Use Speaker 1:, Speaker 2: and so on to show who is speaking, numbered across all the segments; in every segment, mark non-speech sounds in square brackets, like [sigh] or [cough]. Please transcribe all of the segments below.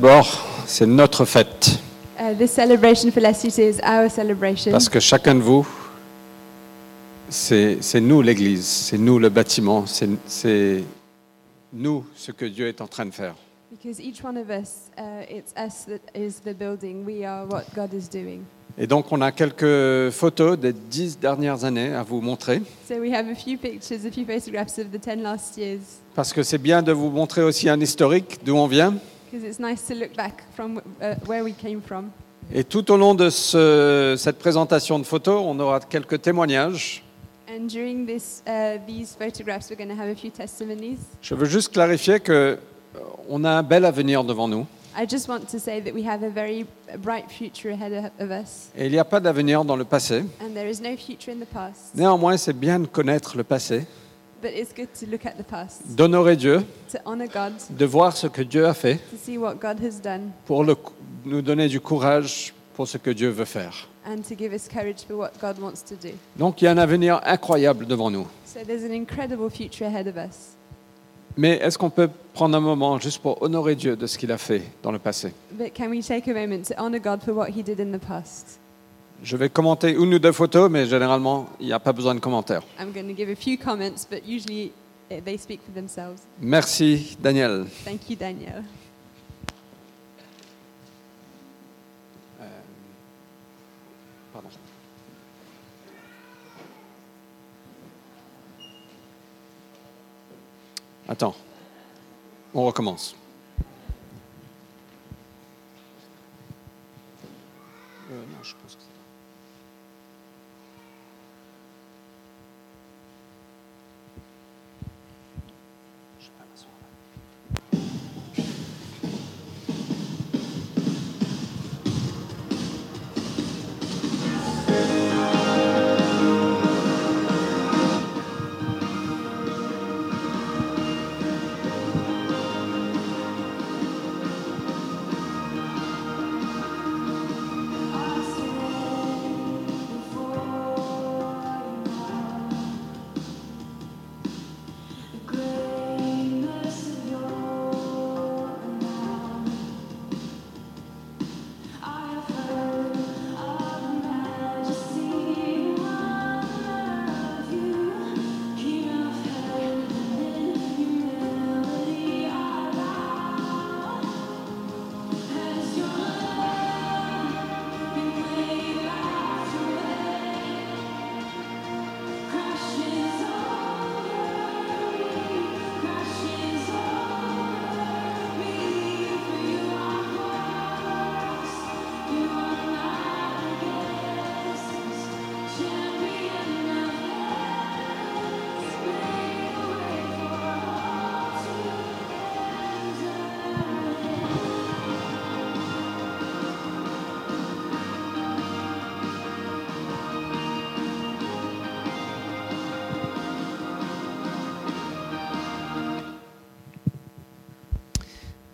Speaker 1: D'abord, c'est notre fête,
Speaker 2: Uh, this celebration for Leicester City is our celebration
Speaker 1: parce que chacun de vous, c'est c'est nous l'Église, c'est nous le bâtiment, c'est- c'est nous ce que Dieu est en train de faire.
Speaker 2: because each one of us, uh, it's us that is the building. We are what God is doing.
Speaker 1: Et donc, on a quelques photos des dix dernières années à vous montrer,
Speaker 2: So we have a few pictures, a few photographs of the 10 last years
Speaker 1: parce que c'est bien de vous montrer aussi un historique d'où on vient.
Speaker 2: because it's nice to look back from uh, where we came from.
Speaker 1: Et tout au long de ce- cette présentation de photos, on aura quelques témoignages.
Speaker 2: And during this, uh, these photographs, we're going to have a few testimonies.
Speaker 1: Je veux juste clarifier que euh, on a un bel avenir devant nous.
Speaker 2: I just want to say that we have a very bright future ahead o- of us,
Speaker 1: Et il n'y a pas d'avenir dans le passé.
Speaker 2: and there is no future in the past.
Speaker 1: Néanmoins, c'est bien de connaître le passé,
Speaker 2: But it's good to look at the past,
Speaker 1: d'honorer Dieu,
Speaker 2: to honor God,
Speaker 1: de voir ce que Dieu a fait
Speaker 2: to see what God has done,
Speaker 1: pour le- nous donner du courage pour ce que Dieu veut faire.
Speaker 2: and to give us courage for what God wants to do.
Speaker 1: Donc il y a un avenir incroyable devant nous.
Speaker 2: So there's an incredible future ahead of us.
Speaker 1: Mais est-ce qu'on peut prendre un moment juste pour honorer Dieu de ce qu'il a fait dans le passé
Speaker 2: But can we take a moment to honor God for what He did in the past?
Speaker 1: Je vais commenter une ou deux photos, mais généralement, il n'y a pas besoin de commentaires.
Speaker 2: I'm going to give a few comments, but usually eh, they speak for themselves.
Speaker 1: Merci, Daniel.
Speaker 2: Thank you, Danielle.
Speaker 1: Euh, Pardon. Attends, on recommence. Euh, non, je pense que c'est- J'ai pas ma soeur, là.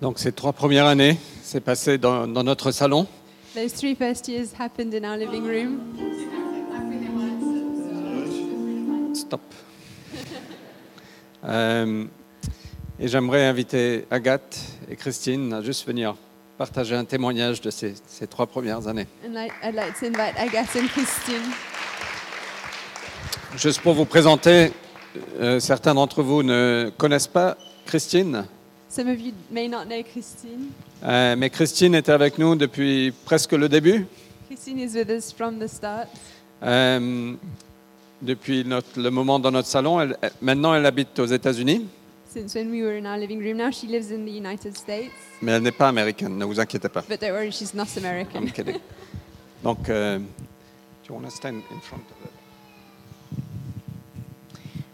Speaker 1: Donc ces trois premières années, c'est passé dans, dans notre salon.
Speaker 2: Those three first years happened in our living room.
Speaker 1: Stop. Euh, et j'aimerais inviter Agathe et Christine à juste venir partager un témoignage de ces, ces trois premières années.
Speaker 2: And I, I'd like to invite Agathe and Christine.
Speaker 1: Juste pour vous présenter, euh, certains d'entre vous ne connaissent pas Christine,
Speaker 2: Some of you may not know Christine.
Speaker 1: euh, mais Christine était avec nous depuis presque le début,
Speaker 2: Christine is with us from the start.
Speaker 1: euh, depuis notre- le moment dans notre salon. Elle- elle- maintenant, elle habite aux États-Unis.
Speaker 2: Since when we were in our living room, now she lives in the United States.
Speaker 1: Mais elle n'est pas américaine, ne vous inquiétez pas.
Speaker 2: But don't worry, she's not
Speaker 1: I'm
Speaker 2: American.
Speaker 1: kidding. Donc, euh, do you wanna stand in front of her?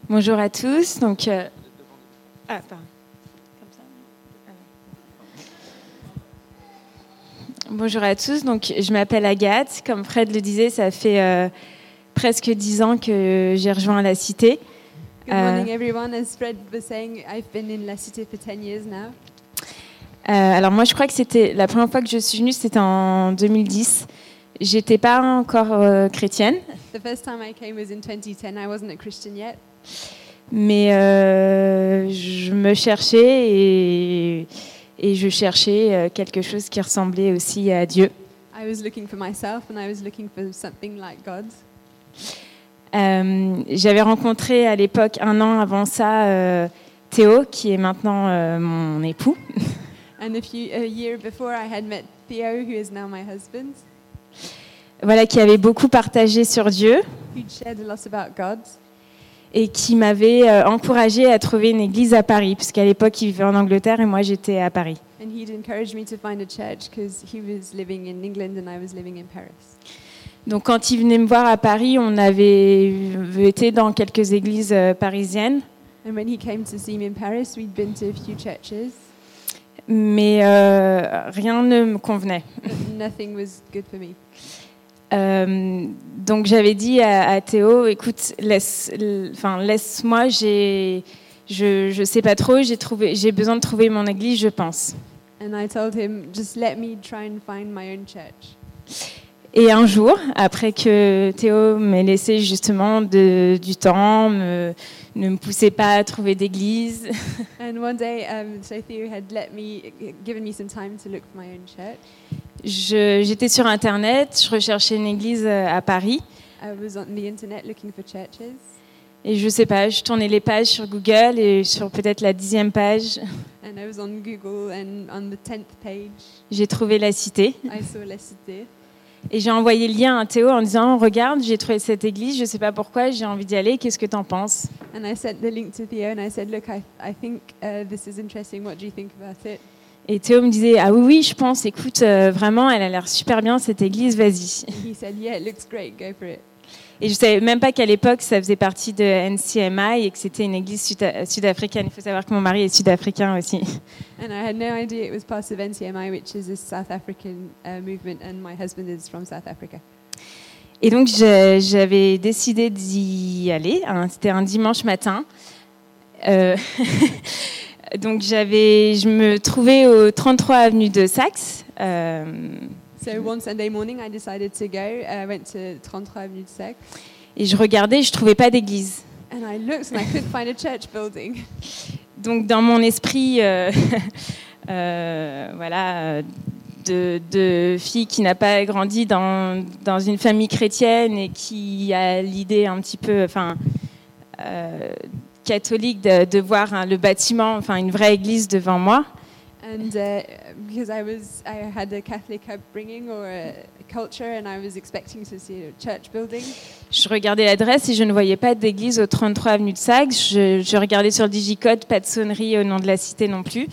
Speaker 3: Bonjour à tous. Donc, euh, ah, pardon. Comme ça Ah, non. Bonjour à tous. Donc, je m'appelle Agathe. Comme Fred le disait, ça fait euh, presque dix ans que j'ai rejoint la cité. Euh,
Speaker 2: Good
Speaker 3: Uh,
Speaker 2: morning, everyone. As Fred was saying, I've been in La Cité for 10 years now.
Speaker 3: Euh, alors moi, je crois que c'était la première fois que je suis venue, c'était en 2010. J'étais pas encore euh, chrétienne,
Speaker 2: The first time I came was in 2010. I wasn't a Christian yet,
Speaker 3: mais euh, je me cherchais et, et je cherchais euh, quelque chose qui ressemblait aussi à Dieu.
Speaker 2: I was looking for myself and I was looking for something like God.
Speaker 3: Euh, J'avais rencontré à l'époque, un an avant ça, euh, Théo, qui est maintenant euh, mon époux. [laughs]
Speaker 2: And a, few, a year before, I had met Theo, who is now my husband,
Speaker 3: Voilà, qui avait beaucoup partagé sur Dieu
Speaker 2: who'd shared a lot about God.
Speaker 3: et qui m'avait euh, encouragé à trouver une église à Paris, parce qu'à l'époque, il vivait en Angleterre et moi, j'étais à Paris.
Speaker 2: And he'd encouraged me to find a church because he was living in England and I was living in Paris.
Speaker 3: Donc, quand il venait me voir à Paris, on avait été dans quelques églises euh, parisiennes,
Speaker 2: And when he came to see me in Paris, we'd been to a few churches,
Speaker 3: mais euh, rien ne me convenait. [laughs]
Speaker 2: but nothing was good for me.
Speaker 3: Euh, donc j'avais dit à, à Théo, écoute, laisse, l- enfin laisse-moi, j'ai, je, je sais pas trop, j'ai trouvé, j'ai besoin de trouver mon église, je pense.
Speaker 2: And I told him, just let me try and find my own church.
Speaker 3: Et un jour, après que Théo m'ait laissé justement de- du temps, me- ne me poussait pas à trouver d'église,
Speaker 2: And one day, um, so Theo had let me, given me some time to look for my own church.
Speaker 3: je- j'étais sur Internet, je recherchais une église euh, à Paris,
Speaker 2: I was on the internet looking for churches,
Speaker 3: et je sais pas, je tournais les pages sur Google et sur peut-être la dixième page,
Speaker 2: and I was on Google, and on the tenth page,
Speaker 3: j'ai trouvé la cité.
Speaker 2: I saw La Cité.
Speaker 3: Et j'ai envoyé le lien à Théo en disant Regarde, j'ai trouvé cette église, je ne sais pas pourquoi, j'ai envie d'y aller, qu'est-ce que t'en penses
Speaker 2: And I sent the link to Theo, and I said, look, I, I think uh, this is interesting. What do you think about it?
Speaker 3: Et Théo me disait Ah oui, oui, je pense, écoute, euh, vraiment, elle a l'air super bien cette église, vas-y.
Speaker 2: And he said, yeah, it looks great. Go for it.
Speaker 3: Et je savais même pas qu'à l'époque, ça faisait partie de NCMI et que c'était une église sud- sud-africaine. Il faut savoir que mon mari est sud-africain aussi.
Speaker 2: And I had no idea it was part of NCMI, which is a South African uh, movement, and my husband is from South Africa.
Speaker 3: Et donc, je- j'avais décidé d'y aller. hein, C'était un dimanche matin. Euh, [laughs] donc, j'avais, je me trouvais au 33 avenue de Saxe. euh,
Speaker 2: So one Sunday morning, I decided to go. I went to 33 Avenue de Sec,
Speaker 3: Et je regardais, je trouvais pas d'église.
Speaker 2: and I looked, and I couldn't find a church building. [laughs]
Speaker 3: Donc dans mon esprit, euh, [laughs] euh, voilà, euh, de, de fille qui n'a pas grandi dans, dans une famille chrétienne et qui a l'idée un petit peu, enfin, euh, catholique de, de voir hein, le bâtiment, enfin une vraie église devant moi.
Speaker 2: And uh, because I was, I had a Catholic upbringing or a culture, and I was expecting to see a church building.
Speaker 3: Je regardais l'adresse et je ne voyais pas d'église au 33 avenue de Saxe. Je, je regardais sur le digicode, pas de sonnerie au nom de la cité non plus.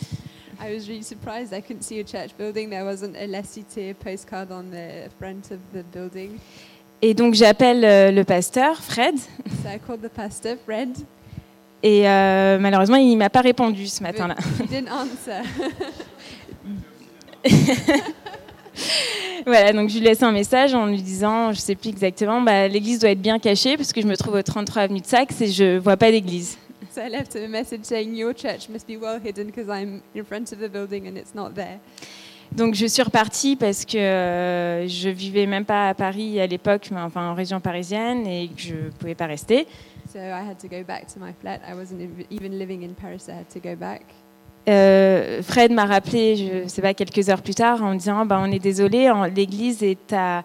Speaker 2: I was really surprised I couldn't see a church building. There wasn't a La Cité postcard on the front of the building.
Speaker 3: Et donc j'appelle euh, le pasteur, Fred.
Speaker 2: So I called the pastor, Fred.
Speaker 3: Et euh, malheureusement, il m'a pas répondu ce
Speaker 2: but
Speaker 3: matin-là.
Speaker 2: He didn't answer. [laughs]
Speaker 3: voilà, donc je lui laisse un message en lui disant, je sais plus exactement, bah, l'église doit être bien cachée parce que je me trouve au 33 avenue de Saxe et je vois pas d'église.
Speaker 2: So I left him a message saying, Your church must be well hidden because I'm in front of the building and it's not there.
Speaker 3: Donc je suis repartie parce que euh, je vivais même pas à Paris à l'époque, mais enfin en région parisienne et que je pouvais pas rester.
Speaker 2: So I had to go back to my flat. I wasn't ev- even living in Paris, I had to go back.
Speaker 3: Euh, Fred m'a rappelé, je sais pas, quelques heures plus tard en me disant, bah, on est désolé, en- l'église est à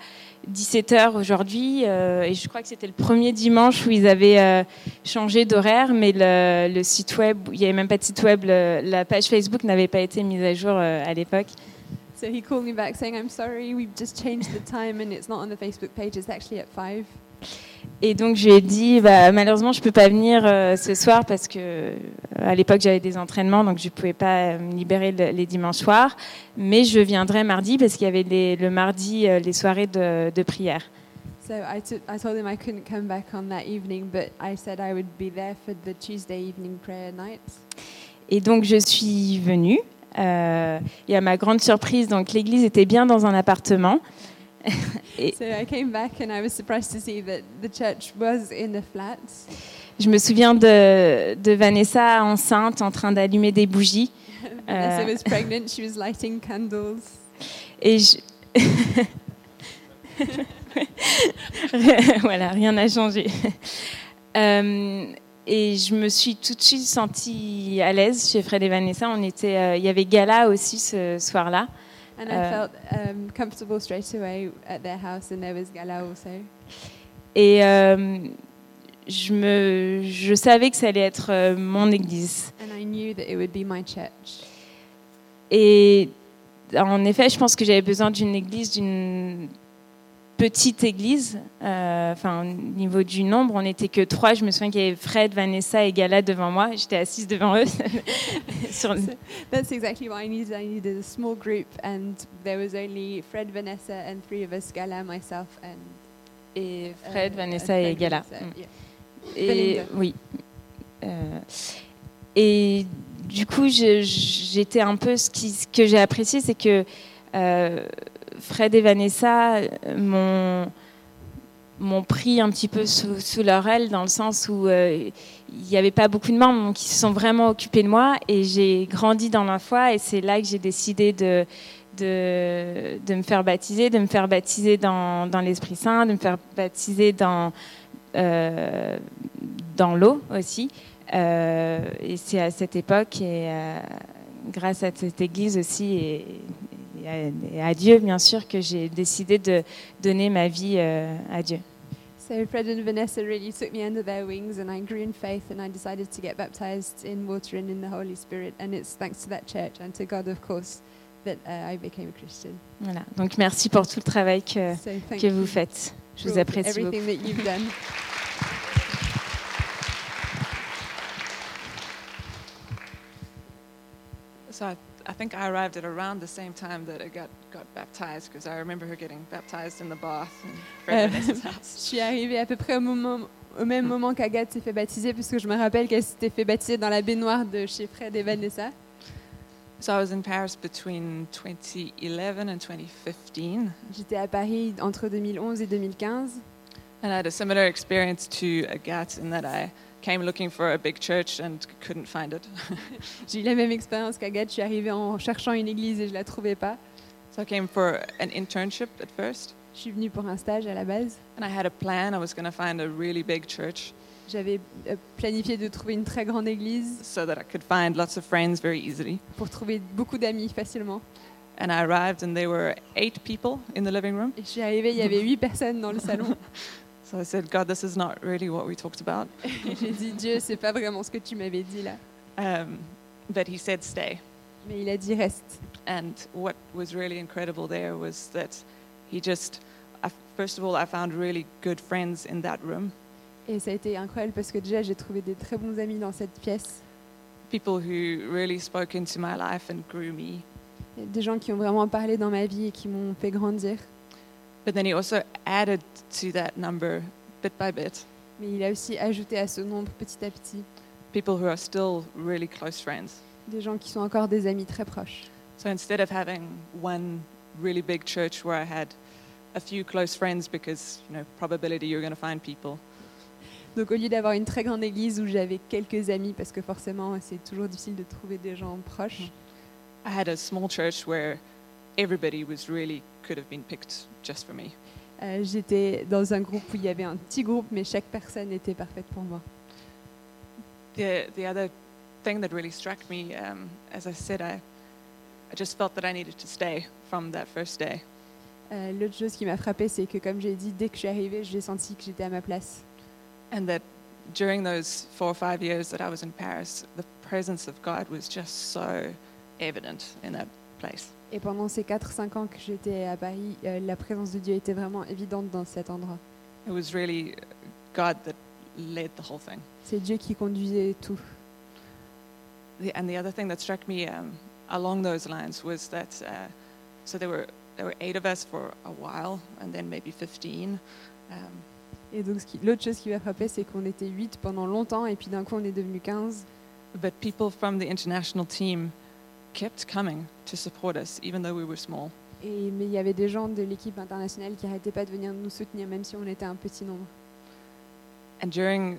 Speaker 3: 17h aujourd'hui euh, et je crois que c'était le premier dimanche où ils avaient euh, changé d'horaire, mais le, le site web, il n'y avait même pas de site web, le- la page Facebook n'avait pas été mise à jour euh, à l'époque.
Speaker 2: So he called me back saying, I'm sorry, we've just changed the time and it's not on the Facebook page, it's actually at 5.
Speaker 3: Et donc je lui ai dit, bah, malheureusement je peux pas venir euh, ce soir parce que euh, à l'époque j'avais des entraînements donc je pouvais pas euh, me libérer le- les dimanches soirs, mais je viendrai mardi parce qu'il y avait les- le mardi euh, les soirées de, de prière.
Speaker 2: So I, t- I told him I couldn't come back on that evening, but I said I would be there for the Tuesday evening prayer night.
Speaker 3: Et donc je suis venue. euh, et à ma grande surprise, donc l'église était bien dans un appartement. [laughs]
Speaker 2: So I came back and I was surprised to see that the church was in the flat.
Speaker 3: Je me souviens de, de Vanessa enceinte en train d'allumer des bougies.
Speaker 2: Vanessa
Speaker 3: Uh,
Speaker 2: was pregnant, she was lighting candles.
Speaker 3: Et je... [laughs] voilà, rien n'a changé. Euh, Et je me suis tout de suite sentie à l'aise chez Fred et Vanessa. On était, euh, il y avait gala aussi ce soir-là.
Speaker 2: And
Speaker 3: Uh,
Speaker 2: I felt um, comfortable straight away at their house, and there was Gala
Speaker 3: [laughs]
Speaker 2: also.
Speaker 3: Et euh, je, me, je savais que ça allait être euh, mon église.
Speaker 2: And I knew that it would be my church.
Speaker 3: Et en effet, je pense que j'avais besoin d'une église, d'une petite église. Euh, Enfin, au niveau du nombre, on n'était que trois. Je me souviens qu'il y avait Fred, Vanessa et Gala devant moi. J'étais assise devant eux. [laughs] Sur-
Speaker 2: That's exactly what I needed. I needed a small group, and there was only Fred, Vanessa, and three of us Gala, myself, and
Speaker 3: Et Fred,
Speaker 2: uh,
Speaker 3: Vanessa
Speaker 2: and
Speaker 3: et
Speaker 2: Fred,
Speaker 3: Gala.
Speaker 2: Vanessa,
Speaker 3: Mm.
Speaker 2: yeah.
Speaker 3: Et
Speaker 2: Belinda.
Speaker 3: oui. Euh, et du coup, je- j'étais un peu ce, qui- ce que j'ai apprécié, c'est que euh, Fred et Vanessa euh, m'ont m'ont pris un petit peu sous, sous leur aile dans le sens où euh, il n'y avait pas beaucoup de membres donc ils se sont vraiment occupés de moi et j'ai grandi dans la foi et c'est là que j'ai décidé de, de, de me faire baptiser, de me faire baptiser dans, dans l'Esprit Saint, de me faire baptiser dans, euh, dans l'eau aussi. Euh, et c'est à cette époque et euh, grâce à cette église aussi et, et à, et à Dieu bien sûr que j'ai décidé de donner ma vie euh, à Dieu.
Speaker 2: So Fred and Vanessa really took me under their wings, and I grew in faith, and I decided to get baptized in water and in the Holy Spirit. And it's thanks to that church and to God, of course, that uh, I became a Christian.
Speaker 3: Voilà. Donc merci pour tout le travail que,
Speaker 2: So thank
Speaker 3: que vous
Speaker 2: you
Speaker 3: faites. Je
Speaker 2: for
Speaker 3: vous apprécie beaucoup.
Speaker 2: everything that you've [laughs] done.
Speaker 4: So I, I think I arrived at around the same time that it got, got baptized because I remember her getting baptized in the bath in
Speaker 2: Uh,
Speaker 4: Fred Vanessa's
Speaker 2: [laughs] Je
Speaker 4: house.
Speaker 2: suis arrivée à peu près au, moment, au même moment qu'Agathe s'est fait baptiser, puisque je me rappelle qu'elle s'était fait baptiser dans la baignoire de chez Fred et Vanessa.
Speaker 4: So I was in Paris between 2011 and 2015,
Speaker 2: J'étais à Paris entre 2011 et 2015.
Speaker 4: and I had a similar experience to Agat in that I came looking for a big church and couldn't find it. [laughs]
Speaker 2: J'ai eu la même expérience qu'Agathe. Je suis arrivée en cherchant une église et je la trouvais pas.
Speaker 4: So I came for an internship at first,
Speaker 2: Je suis venue pour un stage à la base.
Speaker 4: and I had a plan. I was going to find a really big church
Speaker 2: J'avais euh, planifié de trouver une très grande église
Speaker 4: so that I could find lots of friends very easily.
Speaker 2: pour trouver beaucoup d'amis facilement.
Speaker 4: And I arrived, and there were eight people in the living room.
Speaker 2: Et je suis arrivée, il y avait huit personnes dans le salon.
Speaker 4: So I said, God, this is not really what we talked about.
Speaker 2: Et j'ai dit, Dieu, c'est pas vraiment ce que tu m'avais dit là.
Speaker 4: Um, but he said, stay.
Speaker 2: Mais il a dit, reste.
Speaker 4: And what was really incredible there was that he just, I, first of all, I found really good friends in that room,
Speaker 2: Et ça a été incroyable parce que déjà, j'ai trouvé des très bons amis dans cette pièce.
Speaker 4: people who really spoke into my life and grew me.
Speaker 2: Des gens qui ont vraiment parlé dans ma vie et qui m'ont fait grandir.
Speaker 4: But then he also added to that number, bit by bit,
Speaker 2: Mais il a aussi ajouté à ce nombre petit à petit
Speaker 4: people who are still really close friends.
Speaker 2: des gens qui sont encore des amis très proches.
Speaker 4: So instead of having one really big church where I had a few close friends because, you know, probability you're going to find people,
Speaker 2: Donc au lieu d'avoir une très grande église où j'avais quelques amis, parce que forcément c'est toujours difficile de trouver des gens proches,
Speaker 4: I had a small church where everybody was really could have been picked just for me.
Speaker 2: euh, j'étais dans un groupe où il y avait un petit groupe, mais chaque personne était parfaite pour moi.
Speaker 4: The the other thing that really struck me, um, as I said, I I just felt that I needed to stay from that first day.
Speaker 2: Euh, L'autre chose qui m'a frappée, c'est que comme j'ai dit, dès que je suis arrivée, j'ai senti que j'étais à ma place.
Speaker 4: And that during those four or five years that I was in Paris, the presence of God was just so evident in that place.
Speaker 2: Et pendant ces 4-5 ans que j'étais à Paris, euh, la présence de Dieu était vraiment évidente dans cet endroit.
Speaker 4: It was really God that led the whole thing.
Speaker 2: C'est Dieu qui conduisait tout.
Speaker 4: The, and the other thing that struck me um, along those lines was that uh, so there were there were eight of us for a while, and then maybe fifteen. Um,
Speaker 2: Et donc ce qui- l'autre chose qui m'a frappée, c'est qu'on était 8 pendant longtemps, et puis d'un coup on est devenu 15.
Speaker 4: but people from the international team kept coming to support us, even though we were small.
Speaker 2: Et, mais il y avait des gens de l'équipe internationale qui n'arrêtaient pas de venir nous soutenir, même si on était un petit nombre.
Speaker 4: And during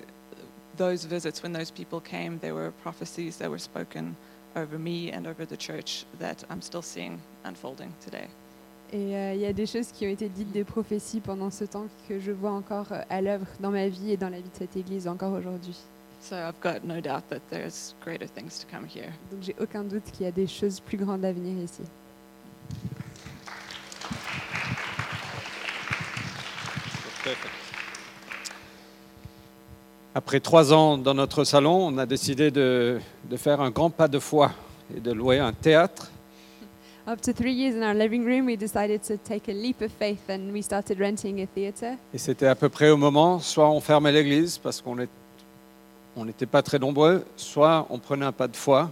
Speaker 4: those visits, when those people came, there were prophecies that were spoken over me and over the church that I'm still seeing unfolding today.
Speaker 2: Et euh, il y a des choses qui ont été dites, des prophéties pendant ce temps que je vois encore euh, à l'œuvre dans ma vie et dans la vie de cette église encore aujourd'hui.
Speaker 4: So I've got no doubt that there's greater things to come here.
Speaker 2: Donc j'ai aucun doute qu'il y a des choses plus grandes à venir ici.
Speaker 1: Après trois ans dans notre salon, on a décidé de, de faire un grand pas de foi et de louer un théâtre.
Speaker 2: After three years in our living room, we decided to take a leap of faith and we started renting a theatre.
Speaker 1: Et c'était à peu près au moment, soit on fermait l'église parce qu'on est- on n'était pas très nombreux, soit on prenait un pas de foi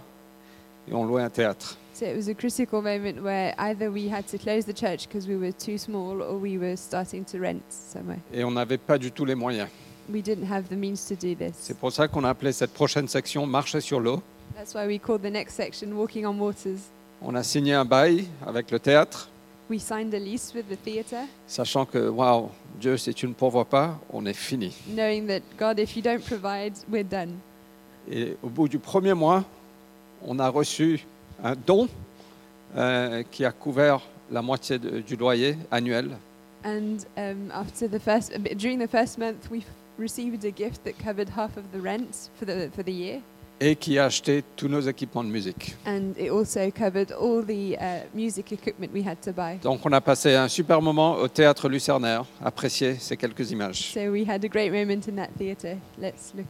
Speaker 1: et on louait un théâtre.
Speaker 2: So it was a critical moment where either we had to close the church because we were too small or we were starting to rent somewhere.
Speaker 1: Et on n'avait pas du tout les moyens.
Speaker 2: We didn't have the means to do this.
Speaker 1: C'est pour ça qu'on a appelé cette prochaine section Marcher sur l'eau.
Speaker 2: That's why we called the next section Walking on Waters.
Speaker 1: On a signé un bail avec le théâtre,
Speaker 2: We signed a lease with the theatre,
Speaker 1: sachant que, waouh, Dieu, si tu ne pourvois pas, on est fini.
Speaker 2: knowing that, God, if you don't provide, we're done.
Speaker 1: Et au bout du premier mois, on a reçu un don euh, qui a couvert la moitié de- du loyer annuel.
Speaker 2: And um, after the first, during the first month, we received a gift that covered half of the rent for the, for the year.
Speaker 1: et qui a acheté tous nos équipements de musique.
Speaker 2: And it also covered all the uh, music equipment we had to buy.
Speaker 1: Donc on a passé un super moment au théâtre Lucernaire, appréciez ces quelques images.
Speaker 2: So we had a great moment in that theatre. Let's look.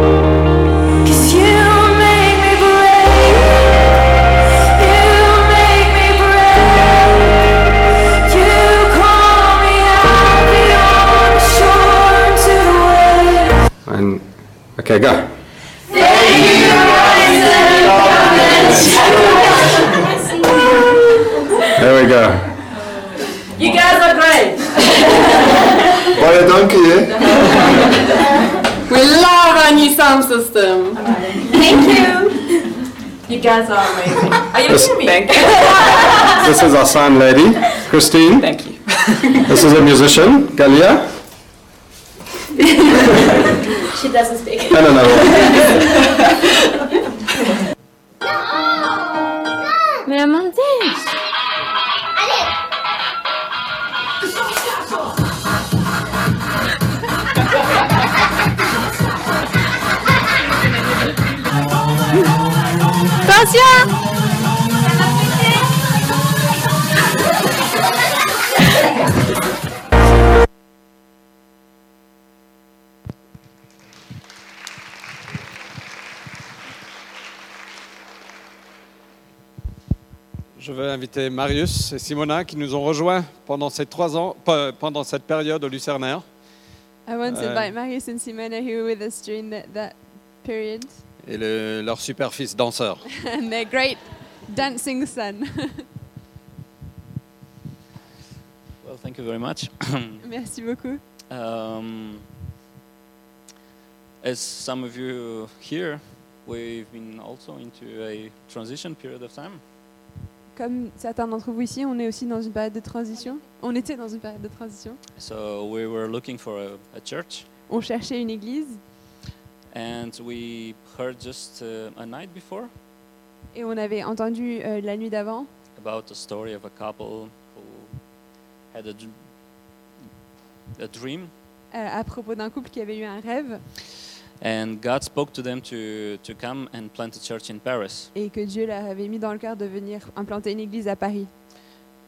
Speaker 5: Cause you make me brave. You make me brave. You call me out beyond the shore to the waves.
Speaker 6: And okay, go. There we go.
Speaker 7: You guys are
Speaker 2: [laughs]
Speaker 7: great.
Speaker 6: Well done, you.
Speaker 7: We love our new sound system. Thank you. You guys are amazing. Are you
Speaker 6: Yes,
Speaker 7: kidding me? Thank
Speaker 6: This is our sign lady, Christine. Thank you. This is a musician, Galia,
Speaker 7: She doesn't speak.
Speaker 6: and another one.
Speaker 8: Mais maman,
Speaker 1: Je veux inviter Marius et Simona qui nous ont rejoints pendant ces trois ans, pe- pendant cette période au Lucernaire.
Speaker 2: I want to
Speaker 1: Uh,
Speaker 2: invite Marius and Simona, who were with us during that, that period, [laughs]
Speaker 1: Et le- leur super fils danseur.
Speaker 2: and their great dancing son.
Speaker 8: Thank you very much.
Speaker 2: [laughs]
Speaker 8: [coughs]
Speaker 2: Merci beaucoup.
Speaker 8: Um, as some of you here, we've been also into a transition period of time.
Speaker 2: Comme certains d'entre vous ici, on est aussi dans une période de transition. On était dans une période de transition.
Speaker 8: So we were looking for a, a church,
Speaker 2: On cherchait une église
Speaker 8: and we heard just uh, a night before
Speaker 2: et on avait entendu euh, la nuit d'avant
Speaker 8: about the story of a couple who had a, dr- a dream,
Speaker 2: euh, à propos d'un couple qui avait eu un rêve
Speaker 8: and God spoke to them to, to come and plant a church in Paris.
Speaker 2: et que Dieu leur avait mis dans le cœur de venir implanter une église à Paris.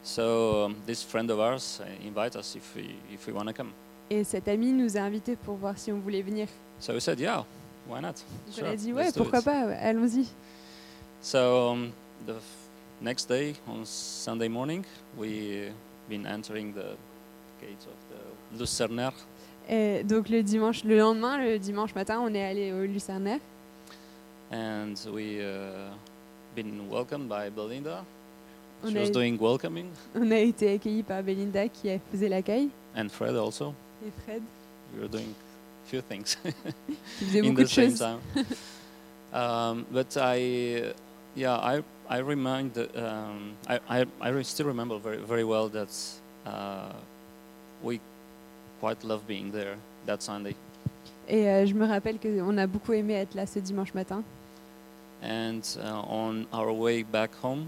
Speaker 8: So um, this friend of ours uh, invite us if we, if we want to come.
Speaker 2: Et cet ami nous a invités pour voir si on voulait venir.
Speaker 8: So we said, yeah, why not?
Speaker 2: Donc
Speaker 8: Sure,
Speaker 2: on a dit ouais,
Speaker 8: let's do
Speaker 2: pourquoi
Speaker 8: it."
Speaker 2: pas, ouais, allons-y.
Speaker 8: So um, the f- next day, on Sunday morning, we uh, been entering the gates of the Lucernaire,
Speaker 2: Et donc le dimanche, le lendemain, le dimanche matin, on est allé au Lucernaire
Speaker 8: and we uh, been welcomed by Belinda.
Speaker 2: On
Speaker 8: She
Speaker 2: a-
Speaker 8: was doing welcoming,
Speaker 2: On a été accueillis par Belinda qui a faisait l'accueil
Speaker 8: and Fred also.
Speaker 2: et Fred
Speaker 8: We were doing few things [laughs]
Speaker 2: qui faisait
Speaker 8: in
Speaker 2: beaucoup
Speaker 8: the
Speaker 2: de
Speaker 8: same
Speaker 2: choses.
Speaker 8: time. um, but I, yeah, I I remind um, I, I I re- still remember very very well that uh, we quite love being there that Sunday.
Speaker 2: Et euh, je me rappelle qu'on a beaucoup aimé être là ce dimanche matin.
Speaker 8: And uh, on our way back home,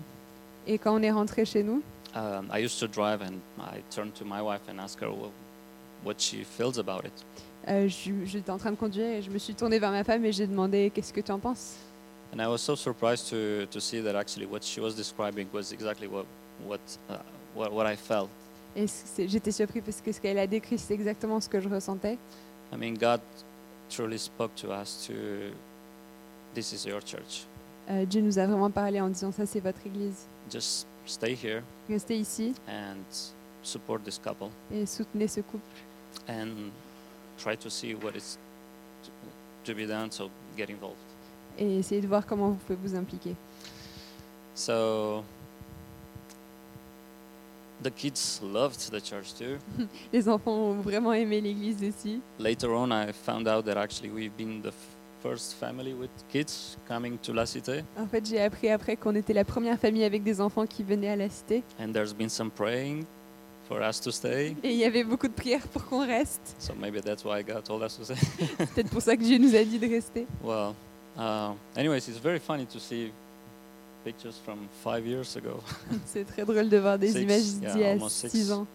Speaker 2: Et quand on est rentré chez nous,
Speaker 8: um, I used to drive, and I turned to my wife and asked her wha- what she feels about it.
Speaker 2: euh, je- j'étais en train de conduire et je me suis tournée vers ma femme et j'ai demandé qu'est-ce que tu en penses.
Speaker 8: And I was so surprised to, to see that actually what she was describing was exactly what what uh, what, what I felt.
Speaker 2: Et c'est- j'étais surpris parce que ce qu'elle a décrit, c'est exactement ce que je ressentais.
Speaker 8: I mean, God truly spoke to us to this is your church.
Speaker 2: Euh, Dieu nous a vraiment parlé en disant ça, c'est votre église.
Speaker 8: Just stay here
Speaker 2: Restez ici
Speaker 8: and support this couple
Speaker 2: et soutenez ce couple
Speaker 8: and try to see what is t- to be done. So get involved.
Speaker 2: et essayez de voir comment vous pouvez vous impliquer. [laughs]
Speaker 8: So the kids loved the church too.
Speaker 2: Les enfants ont vraiment aimé l'église aussi.
Speaker 8: Later on, I found out that actually we've been the f- first family with kids coming to La Cité,
Speaker 2: En fait, j'ai appris après qu'on était la première famille avec des enfants qui venaient à la cité.
Speaker 8: and there's been some praying for us to
Speaker 2: [laughs]
Speaker 8: stay.
Speaker 2: Et il y avait beaucoup de prières pour qu'on reste.
Speaker 8: So maybe that's why God told us to stay. [laughs]
Speaker 2: C'est peut-être pour ça que Dieu nous a dit de rester. [laughs]
Speaker 8: well, uh, anyways, it's very funny to see pictures from five years ago.
Speaker 2: C'est très drôle de voir [laughs]
Speaker 8: [laughs]
Speaker 2: des
Speaker 8: Six,
Speaker 2: images
Speaker 8: yeah,
Speaker 2: d'il y a
Speaker 8: almost six.
Speaker 2: 6 ans.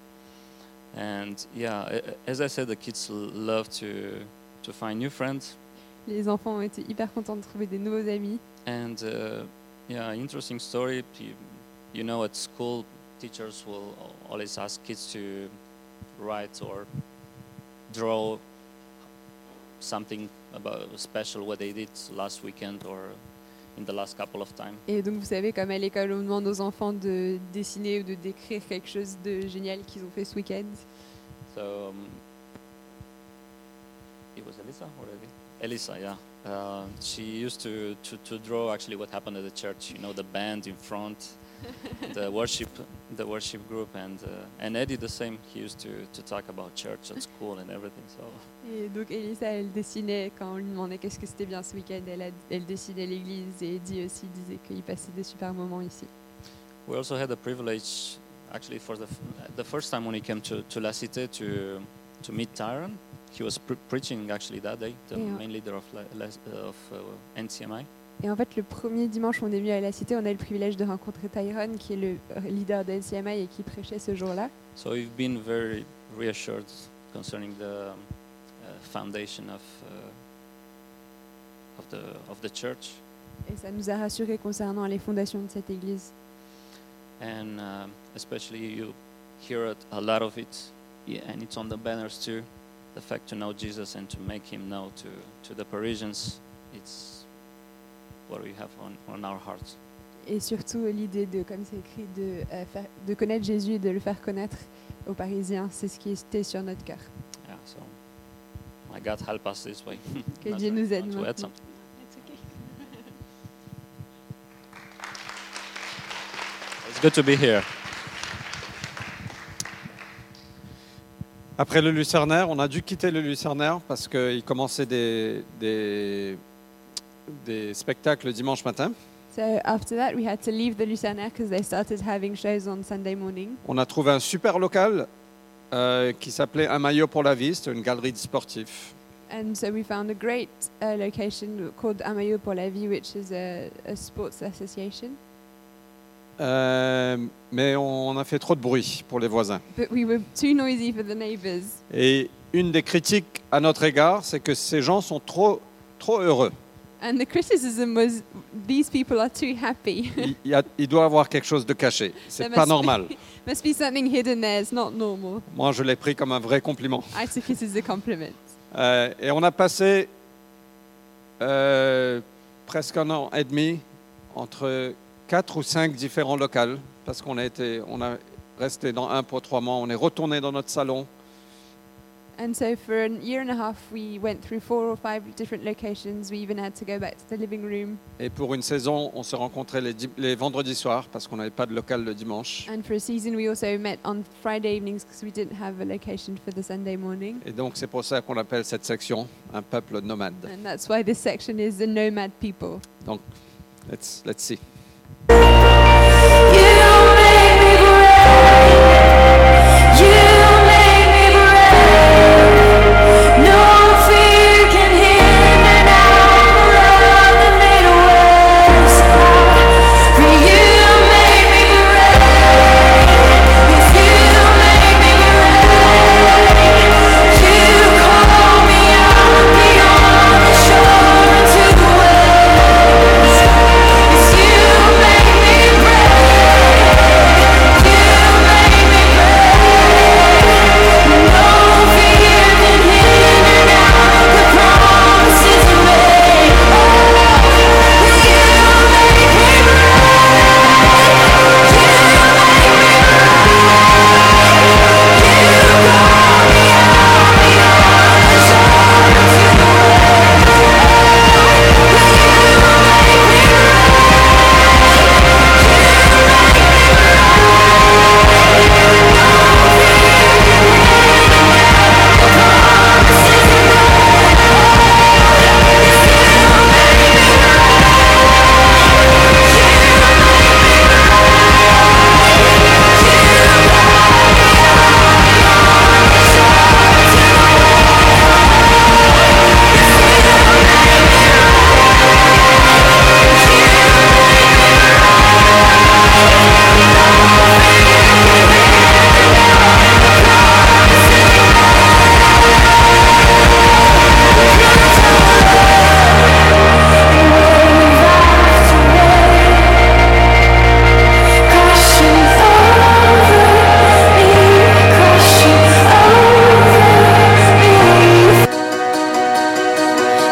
Speaker 8: And yeah, a- a- as I said, the kids l- love to to find new friends.
Speaker 2: Les enfants ont été hyper contents de trouver des nouveaux amis.
Speaker 8: And uh, yeah, interesting story. You, you know, at school, teachers will al- always ask kids to write or draw something about special what they did last weekend or in the last couple of time.
Speaker 2: Et donc, vous savez, comme à l'école, on demande aux enfants de dessiner ou de décrire quelque chose de génial qu'ils ont fait ce week-end.
Speaker 8: So um, it was Elisa already. Elisa, yeah. Uh, she used to, to, to draw actually what happened at the church. You know, the band in front, [laughs]
Speaker 5: [laughs]
Speaker 8: the worship, the worship group, and uh, and Eddie the same. He used to, to talk about church at school and everything. So
Speaker 2: Et donc, Elisa, elle dessinait, quand on lui demandait qu'est-ce que c'était bien ce week-end, elle, a- elle dessinait l'église et Eddie aussi disait qu'il passait des super moments ici.
Speaker 8: we also had the privilege, actually, for the f- the first time when he came to, to La Cité to to meet Tyron. He was pre- preaching actually that day, the
Speaker 2: Yeah.
Speaker 8: main leader of La, La, of uh, NCMI.
Speaker 2: Et en fait, le premier dimanche, on est venu à la cité, on a eu le privilège de rencontrer Tyrone, qui est le euh, leader de NCMI et qui prêchait ce jour-là.
Speaker 8: So we've been very reassured concerning the um, uh, foundation of uh, of the of the church,
Speaker 2: Et ça nous a rassurés concernant les fondations de cette église.
Speaker 8: and um, especially you hear it, a lot of it, yeah, and it's on the banners too. The fact to know Jesus and to make Him known to to the Parisians, it's what we have on on our hearts.
Speaker 2: Et surtout, l'idée de, comme c'est écrit, de, euh, faire- de connaître Jésus et de le faire connaître aux Parisiens, c'est ce qui était sur notre cœur.
Speaker 8: Yeah, so. My God, help us this way. [laughs]
Speaker 2: Que
Speaker 8: Not
Speaker 2: Dieu
Speaker 8: to-
Speaker 2: nous aide
Speaker 8: not to add
Speaker 2: maintenant.
Speaker 8: something. It's good to be here.
Speaker 1: Après le Lucernaire, on a dû quitter le Lucernaire parce qu'il commençait des, des, des spectacles le dimanche matin.
Speaker 2: So after that, we had to leave the Lucerne because they started having shows on Sunday morning.
Speaker 1: On a trouvé un super local euh, qui s'appelait Un maillot pour la vie. C'était une galerie de sportifs.
Speaker 2: And so we found a great uh, location called Amayo pour la Vie, which is a, a sports association.
Speaker 1: Euh, mais on a fait trop de bruit pour les voisins.
Speaker 2: But we were too noisy for the neighbors.
Speaker 1: Et une des critiques à notre égard, c'est que ces gens sont trop, trop heureux.
Speaker 2: And the criticism was these people are too happy. [laughs]
Speaker 1: Il, il y a- il doit avoir quelque chose de caché. C'est
Speaker 2: There
Speaker 1: pas
Speaker 2: must be-
Speaker 1: normal.
Speaker 2: [laughs] Must be something hidden there. It's not normal.
Speaker 1: Moi, je l'ai pris comme un vrai compliment.
Speaker 2: I took it as a compliment.
Speaker 1: Euh, et on a passé euh, presque un an et demi entre quatre ou cinq différents locales parce qu'on a été, on a resté dans un pour trois mois. On est retourné dans notre salon.
Speaker 2: And so for a year and a half, we went through four or five different locations. We even had to go back to the living room.
Speaker 1: Et pour une saison, on se rencontrait les, di- les vendredis soirs parce qu'on n'avait pas de local le dimanche.
Speaker 2: And for a season, we also met on Friday evenings because we didn't have a location for the Sunday morning.
Speaker 1: Et donc, c'est pour ça qu'on appelle cette section un peuple nomade.
Speaker 2: And that's why this section is the nomad people.
Speaker 1: Donc, let's, let's see.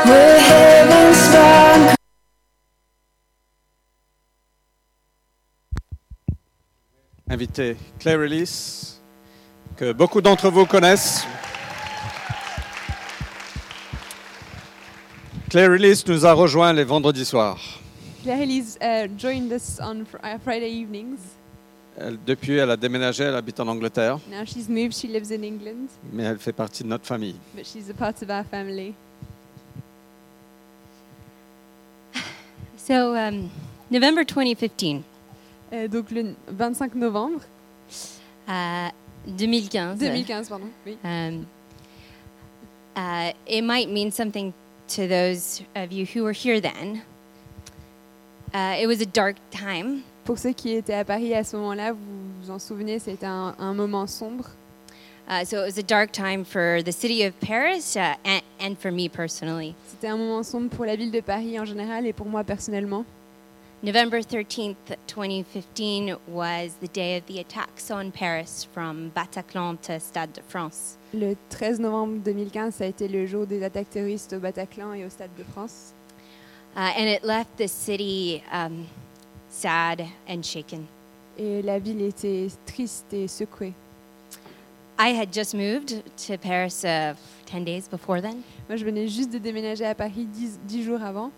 Speaker 5: We're heaven's bound
Speaker 1: Invité Claire Ellis, que beaucoup d'entre vous connaissent. Claire Ellis nous a rejoint les vendredis soirs.
Speaker 2: Claire-Elise uh, joined us on fr- uh, Friday evenings.
Speaker 1: Elle- depuis, elle a déménagé, elle habite en Angleterre,
Speaker 2: Now she's moved, she lives in England,
Speaker 1: mais elle fait partie de notre famille.
Speaker 2: but she's a part of our family.
Speaker 9: So, um, November 2015,
Speaker 2: Euh, donc le 25 novembre
Speaker 9: uh, 2015.
Speaker 2: 2015, pardon. Oui.
Speaker 9: Um, uh, it might mean something to those of you who were here then. Uh, it was a dark time.
Speaker 2: Pour ceux qui étaient à Paris à ce moment-là, vous vous en souvenez, c'était un, un moment sombre.
Speaker 9: Uh, so, it was a dark time for the city of Paris uh, and, and for me personally.
Speaker 2: C'était un moment sombre pour la ville de Paris en général et pour moi personnellement.
Speaker 9: November 13th, 2015 was the day of the attacks on Paris from Bataclan to Stade de France.
Speaker 2: Le 13 novembre 2015, ça a été le jour des attaques terroristes au Bataclan et au Stade de France.
Speaker 9: Uh, and it left the city um, sad and shaken.
Speaker 2: Et la ville était triste et secouée.
Speaker 9: I had just moved to Paris uh, 10 days before then.
Speaker 2: Moi, je venais juste de déménager à Paris dix, dix jours avant.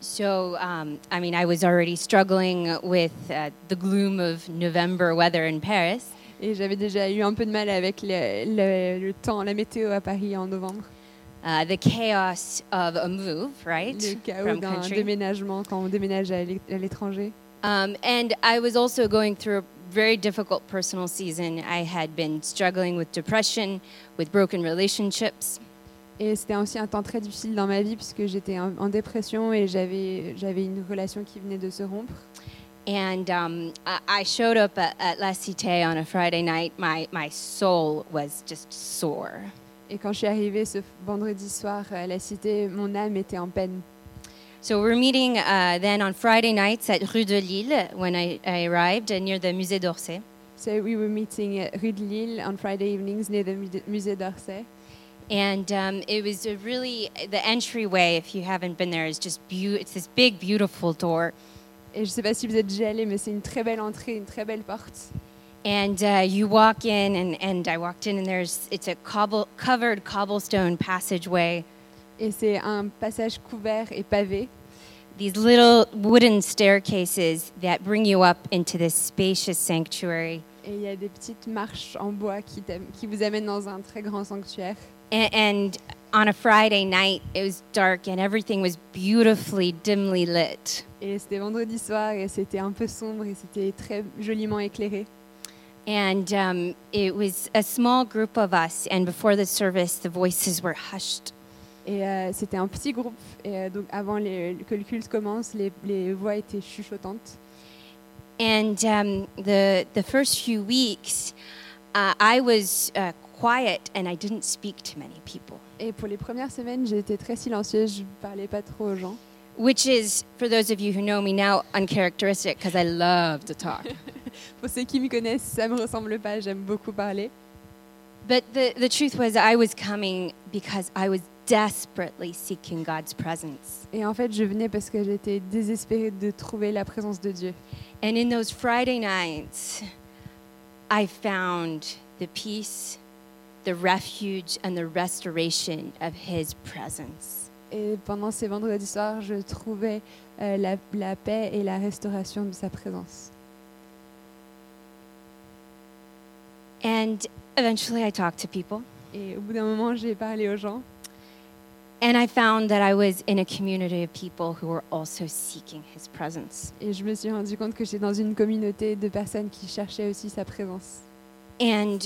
Speaker 9: So, um, I mean, I was already struggling with uh, the gloom of November weather in Paris.
Speaker 2: Et j'avais déjà eu un peu de mal avec le, le- le temps, la météo à Paris en novembre.
Speaker 9: uh, the chaos of a move, right?
Speaker 2: Le chaos
Speaker 9: From
Speaker 2: d'un
Speaker 9: country.
Speaker 2: déménagement quand on déménage à l'é- à l'étranger.
Speaker 9: Um, and I was also going through a very difficult personal season. I had been struggling with depression, with broken relationships.
Speaker 2: Et c'était aussi un temps très difficile dans ma vie puisque j'étais en, en dépression et j'avais j'avais une relation qui venait de se rompre.
Speaker 9: And um, I- I showed up at, at La Cité on a Friday night. My, my soul was just sore.
Speaker 2: Et quand je suis arrivée ce vendredi soir à la cité, mon âme était en peine.
Speaker 9: So we're meeting uh, then on Friday nights at Rue de Lille when I, I arrived uh, near the Musée d'Orsay.
Speaker 2: So we were meeting at Rue de Lille on Friday evenings near the Mu- Musée d'Orsay.
Speaker 9: And um, it was a really the entryway. If you haven't been there, is just beau- It's this big, beautiful door,
Speaker 2: Et je ne sais pas si vous êtes déjà allés, mais c'est une très belle entrée, une très belle porte.
Speaker 9: and uh, you walk in, and, and I walked in, and there's it's a cobble covered cobblestone passageway.
Speaker 2: Et c'est un passage couvert et pavé.
Speaker 9: These little wooden staircases that bring you up into this spacious sanctuary.
Speaker 2: Et il y a des petites marches en bois qui, t'am- qui vous amènent dans un très grand sanctuaire.
Speaker 9: And, and on a Friday night, it was dark, and everything was beautifully dimly lit.
Speaker 2: Et c'était vendredi soir et c'était un peu sombre et c'était très joliment éclairé.
Speaker 9: And um, it was a small group of us, and before the service, the voices were hushed.
Speaker 2: Et euh, c'était un petit groupe. Et euh, donc avant les- que le culte commence, les, les voix étaient chuchotantes.
Speaker 9: And um, the the first few weeks, uh, I was uh, quiet and I didn't speak to many people,
Speaker 2: Et pour les premières semaines, j'ai été très silencieuse, je ne parlais pas trop aux gens.
Speaker 9: which is for those of you who know me now uncharacteristic because I love to talk.
Speaker 2: Pour ceux qui me connaissent, ça me ressemble pas, j'aime [laughs] beaucoup parler.
Speaker 9: but the the truth was I was coming because I was desperately seeking God's presence.
Speaker 2: Et en fait, je venais parce que j'étais désespérée de trouver la présence de Dieu.
Speaker 9: And in those Friday nights, I found the peace, the refuge, and the restoration of His presence.
Speaker 2: Et pendant ces vendredis soirs, je trouvais euh, la, la paix et la restauration de sa présence.
Speaker 9: And eventually, I talked to people.
Speaker 2: Et au bout d'un moment, j'ai parlé aux gens
Speaker 9: And I found that I was in a community of people who were also seeking his presence.
Speaker 2: et je me suis rendu compte que j'étais dans une communauté de personnes qui cherchaient aussi sa présence.
Speaker 9: And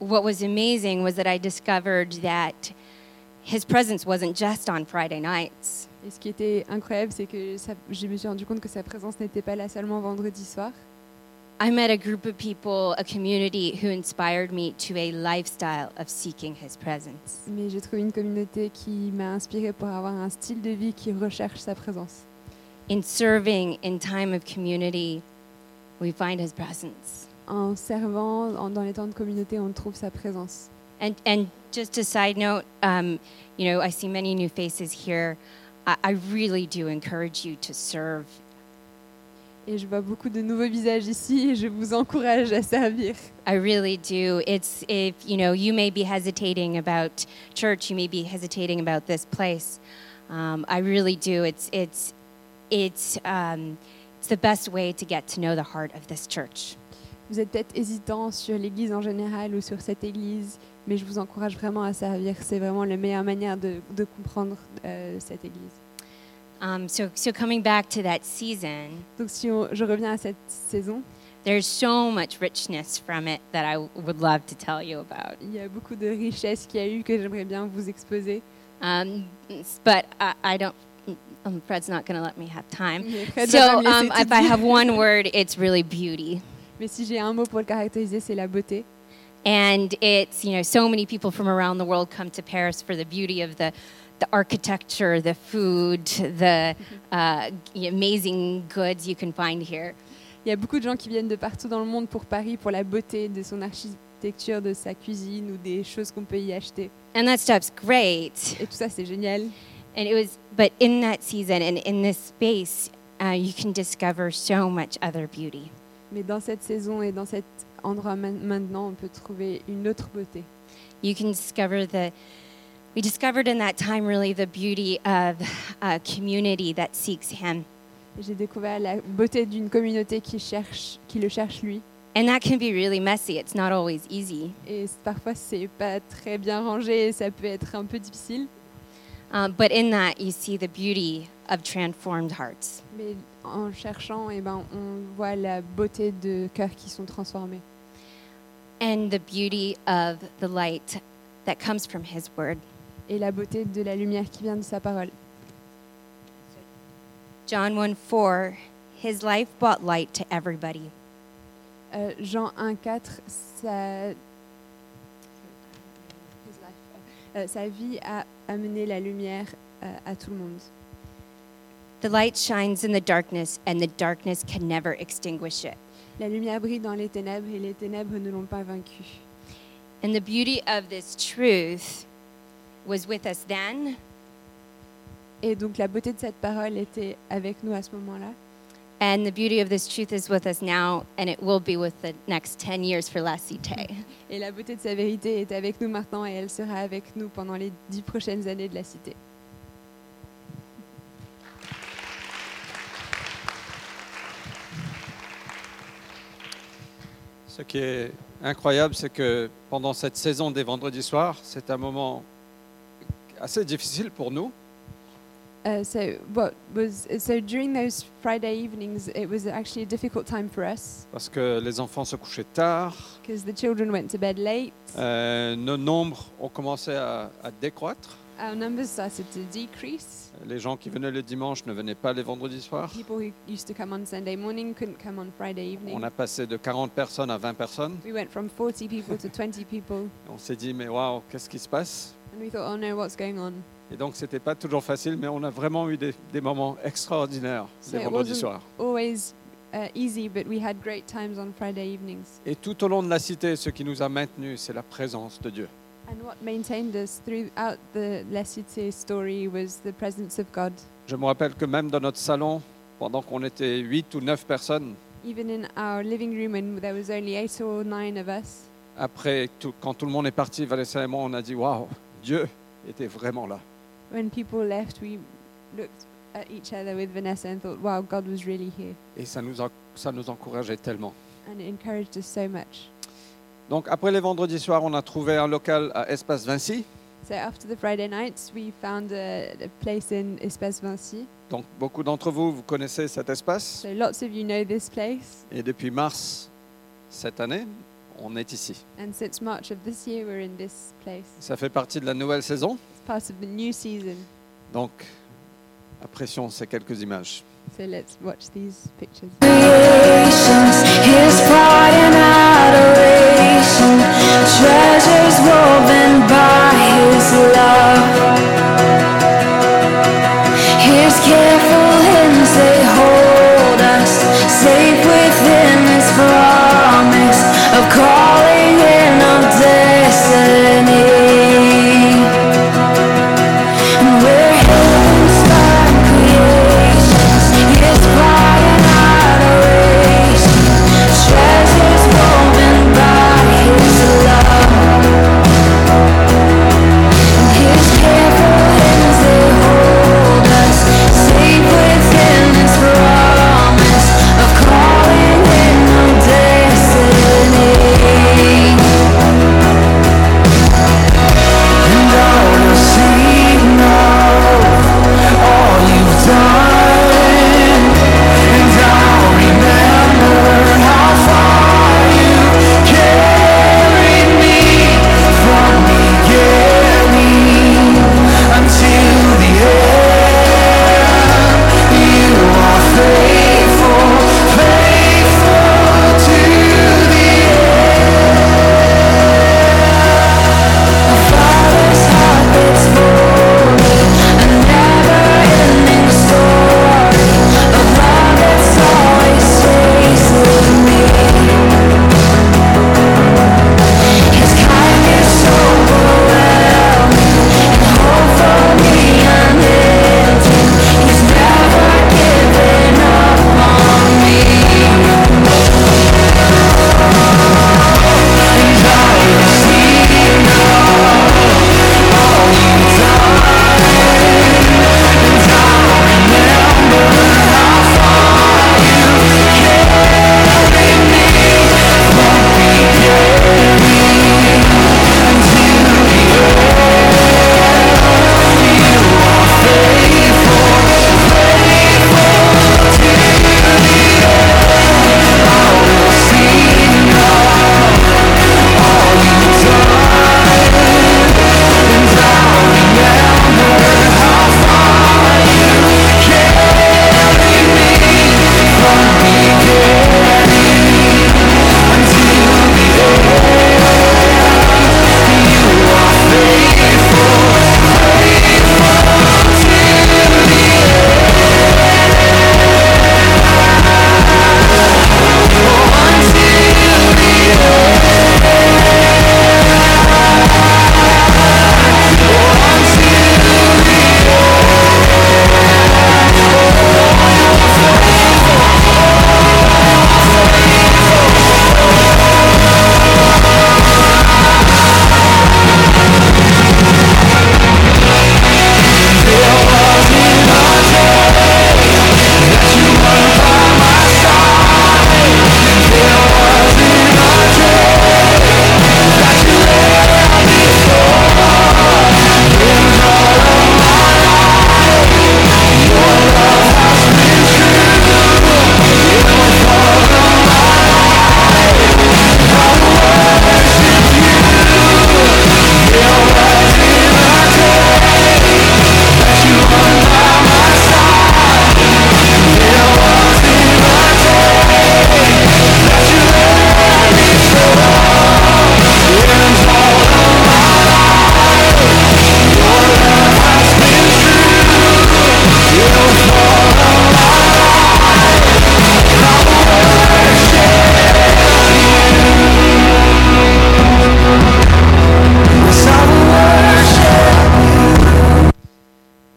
Speaker 9: what was amazing was that I discovered that his presence wasn't just on Friday nights,
Speaker 2: Et ce qui était incroyable, c'est que ça- je me suis rendu compte que sa présence n'était pas là seulement vendredi soir.
Speaker 9: I met a group of people, a community who inspired me to a lifestyle of seeking his presence.
Speaker 2: Mais j'ai trouvé une communauté qui m'a inspirée pour avoir un style de vie qui recherche sa présence.
Speaker 9: In serving in time of community, we find his presence.
Speaker 2: En servant, en- dans les temps de communauté, on trouve sa présence.
Speaker 9: And, and just a side note, um, you know, I see many new faces here. I, I really do encourage you to serve.
Speaker 2: Et je vois Bah, beaucoup de nouveaux visages ici et je vous encourage à servir.
Speaker 9: I really do. It's if you know, you may be hesitating about church, you may be hesitating about this place. Um, I really do. It's it's it's um, it's the best way to get to know the heart of this church.
Speaker 2: Vous êtes peut-être hésitant sur l'église en général ou sur cette église, mais je vous encourage vraiment à servir. C'est vraiment la meilleure manière de, de comprendre euh, cette église.
Speaker 9: Um, so so coming back to that season,
Speaker 2: Donc si on- je reviens à cette saison,
Speaker 9: there's so much richness from it that I would love to tell you about.
Speaker 2: il y a beaucoup de richesses qu'il y a eu que j'aimerais bien vous exposer.
Speaker 9: Um, but I, I don't. Um, Fred's not going to let me have time.
Speaker 2: Mais Fred va pas
Speaker 9: So
Speaker 2: me laisser
Speaker 9: um,
Speaker 2: tout
Speaker 9: if I
Speaker 2: dire. [laughs]
Speaker 9: have one word, it's really beauty,
Speaker 2: Mais si j'ai un mot pour le caractériser, c'est la beauté.
Speaker 9: and it's you know so many people from around the world come to Paris for the beauty of the. The architecture, the food, the
Speaker 2: Mm-hmm.
Speaker 9: uh, amazing goods you can find here.
Speaker 2: Il y a beaucoup de gens qui viennent de partout dans le monde pour Paris, pour la beauté de son architecture, de sa cuisine ou des choses qu'on peut y acheter.
Speaker 9: And that stuff's great.
Speaker 2: Et tout ça, c'est génial.
Speaker 9: And it was, but in that season and in this space, uh, you can discover so much other beauty.
Speaker 2: Mais dans cette saison et dans cet endroit man- maintenant, on peut trouver une autre beauté.
Speaker 9: you can discover the we discovered in that time really the beauty of a community that seeks him
Speaker 2: J'ai découvert la beauté d'une communauté qui, cherche, qui le cherche lui.
Speaker 9: And that can be really messy. It's not always easy.
Speaker 2: Et c- parfois, c'est pas très bien rangé et ça peut être un peu difficile.
Speaker 9: Um, but in that, you see the beauty of transformed hearts.
Speaker 2: Mais en cherchant, eh ben, on voit la beauté de cœurs qui sont transformés
Speaker 9: and the beauty of the light that comes from His Word.
Speaker 2: et la beauté de la lumière qui vient de sa parole.
Speaker 9: John 1 4, His life brought light to everybody.
Speaker 2: Euh, Jean 1,4, sa... Euh, sa vie a amené la lumière euh, à tout le monde.
Speaker 9: The light shines in the darkness, and the darkness can never extinguish it.
Speaker 2: La lumière brille dans les ténèbres et les ténèbres ne l'ont pas vaincue.
Speaker 9: And the beauty of this truth was with us then,
Speaker 2: Et donc la beauté de cette parole était avec nous à ce moment-là.
Speaker 9: and the beauty of this truth is with us now, and it will be with the next 10 years for Lassite.
Speaker 2: Et la beauté de sa vérité est avec nous maintenant et elle sera avec nous pendant les dix prochaines années de la cité.
Speaker 1: Ce qui est incroyable, c'est que pendant cette saison des vendredis soirs, c'est un moment assez difficile pour nous.
Speaker 2: Uh, so what was so during those Friday evenings, it was actually a difficult time for us
Speaker 1: parce que les enfants se couchaient tard,
Speaker 2: because the children went to bed late.
Speaker 1: euh, nos nombres ont commencé à, à décroître.
Speaker 2: Our numbers started to decrease.
Speaker 1: Les gens qui venaient le dimanche ne venaient pas les vendredis soirs.
Speaker 2: People who used to come on Sunday morning couldn't come on Friday
Speaker 1: On
Speaker 2: evening.
Speaker 1: a passé de 40 personnes à 20 personnes.
Speaker 2: We went from 40 people to 20 people,
Speaker 1: On s'est dit, mais waouh, qu'est-ce qui se passe
Speaker 2: and we thought, oh no, what's going on?
Speaker 1: Et donc, c'était pas toujours facile, mais on a vraiment eu des, des moments extraordinaires
Speaker 2: C'est-
Speaker 1: les vendredis soirs.
Speaker 2: Always uh, easy, but we had great times on Friday evenings.
Speaker 1: Et tout au long de la cité, ce qui nous a maintenus, c'est la présence de Dieu.
Speaker 2: And what maintained us throughout the La Cité story was the presence of God.
Speaker 1: Je me rappelle que même dans notre salon, pendant qu'on était 8 ou 9 personnes,
Speaker 2: Even in our living room, when there was only eight or nine of us,
Speaker 1: après, tout- quand tout le monde est parti, Vanessa et moi, on a dit Waouh, Dieu était vraiment là.
Speaker 2: when people left, we looked at each other with Vanessa and thought, wow, God was really here.
Speaker 1: Et ça nous, en- ça nous encourageait tellement.
Speaker 2: And it encouraged us so much.
Speaker 1: Donc, après les vendredis soirs, on a trouvé un local à Espace Vinci.
Speaker 2: So after the Friday nights, we found a, a place in Espace Vinci.
Speaker 1: Donc, beaucoup d'entre vous, vous connaissez cet espace.
Speaker 2: So lots of you know this place.
Speaker 1: Et depuis mars cette année, on est ici.
Speaker 2: And since March of this year, we're in this place.
Speaker 1: Ça fait partie de la nouvelle saison.
Speaker 2: It's part of the new season.
Speaker 1: Donc, apprécions ces quelques images.
Speaker 2: So let's watch these pictures.
Speaker 5: Creations, His pride and adoration, treasures woven by His love. His careful hands they hold us safe within His promise of calling and of destiny. We're heaven's fine creations, His pride and adoration, treasures woven by His love. His careful hands they hold us safe within His promise of calling.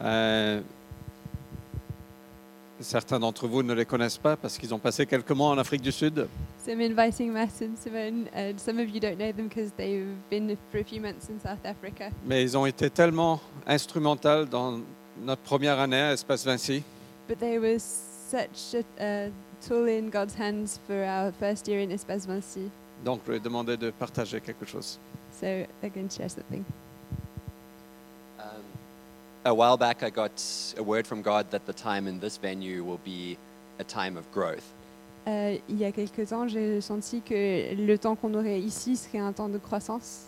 Speaker 1: Euh, Certains d'entre vous ne les connaissent pas parce qu'ils ont passé quelques mois en Afrique du Sud.
Speaker 2: So I'm inviting Matt and Simone. Uh, some of you don't know them because they've been for a few months in South Africa,
Speaker 1: Mais ils ont été tellement instrumentaux dans notre première année à Espace Vinci.
Speaker 2: but they were such a, a tool in God's hands for our first year in Espasmancy.
Speaker 1: Donc, je lui ai demandé de partager quelque chose.
Speaker 2: So they're going to share something.
Speaker 10: Um, a while back, I got a word from God that the time in this venue will be a time of growth.
Speaker 2: Euh, il y a quelques ans, j'ai senti que le temps qu'on aurait ici serait un temps de croissance.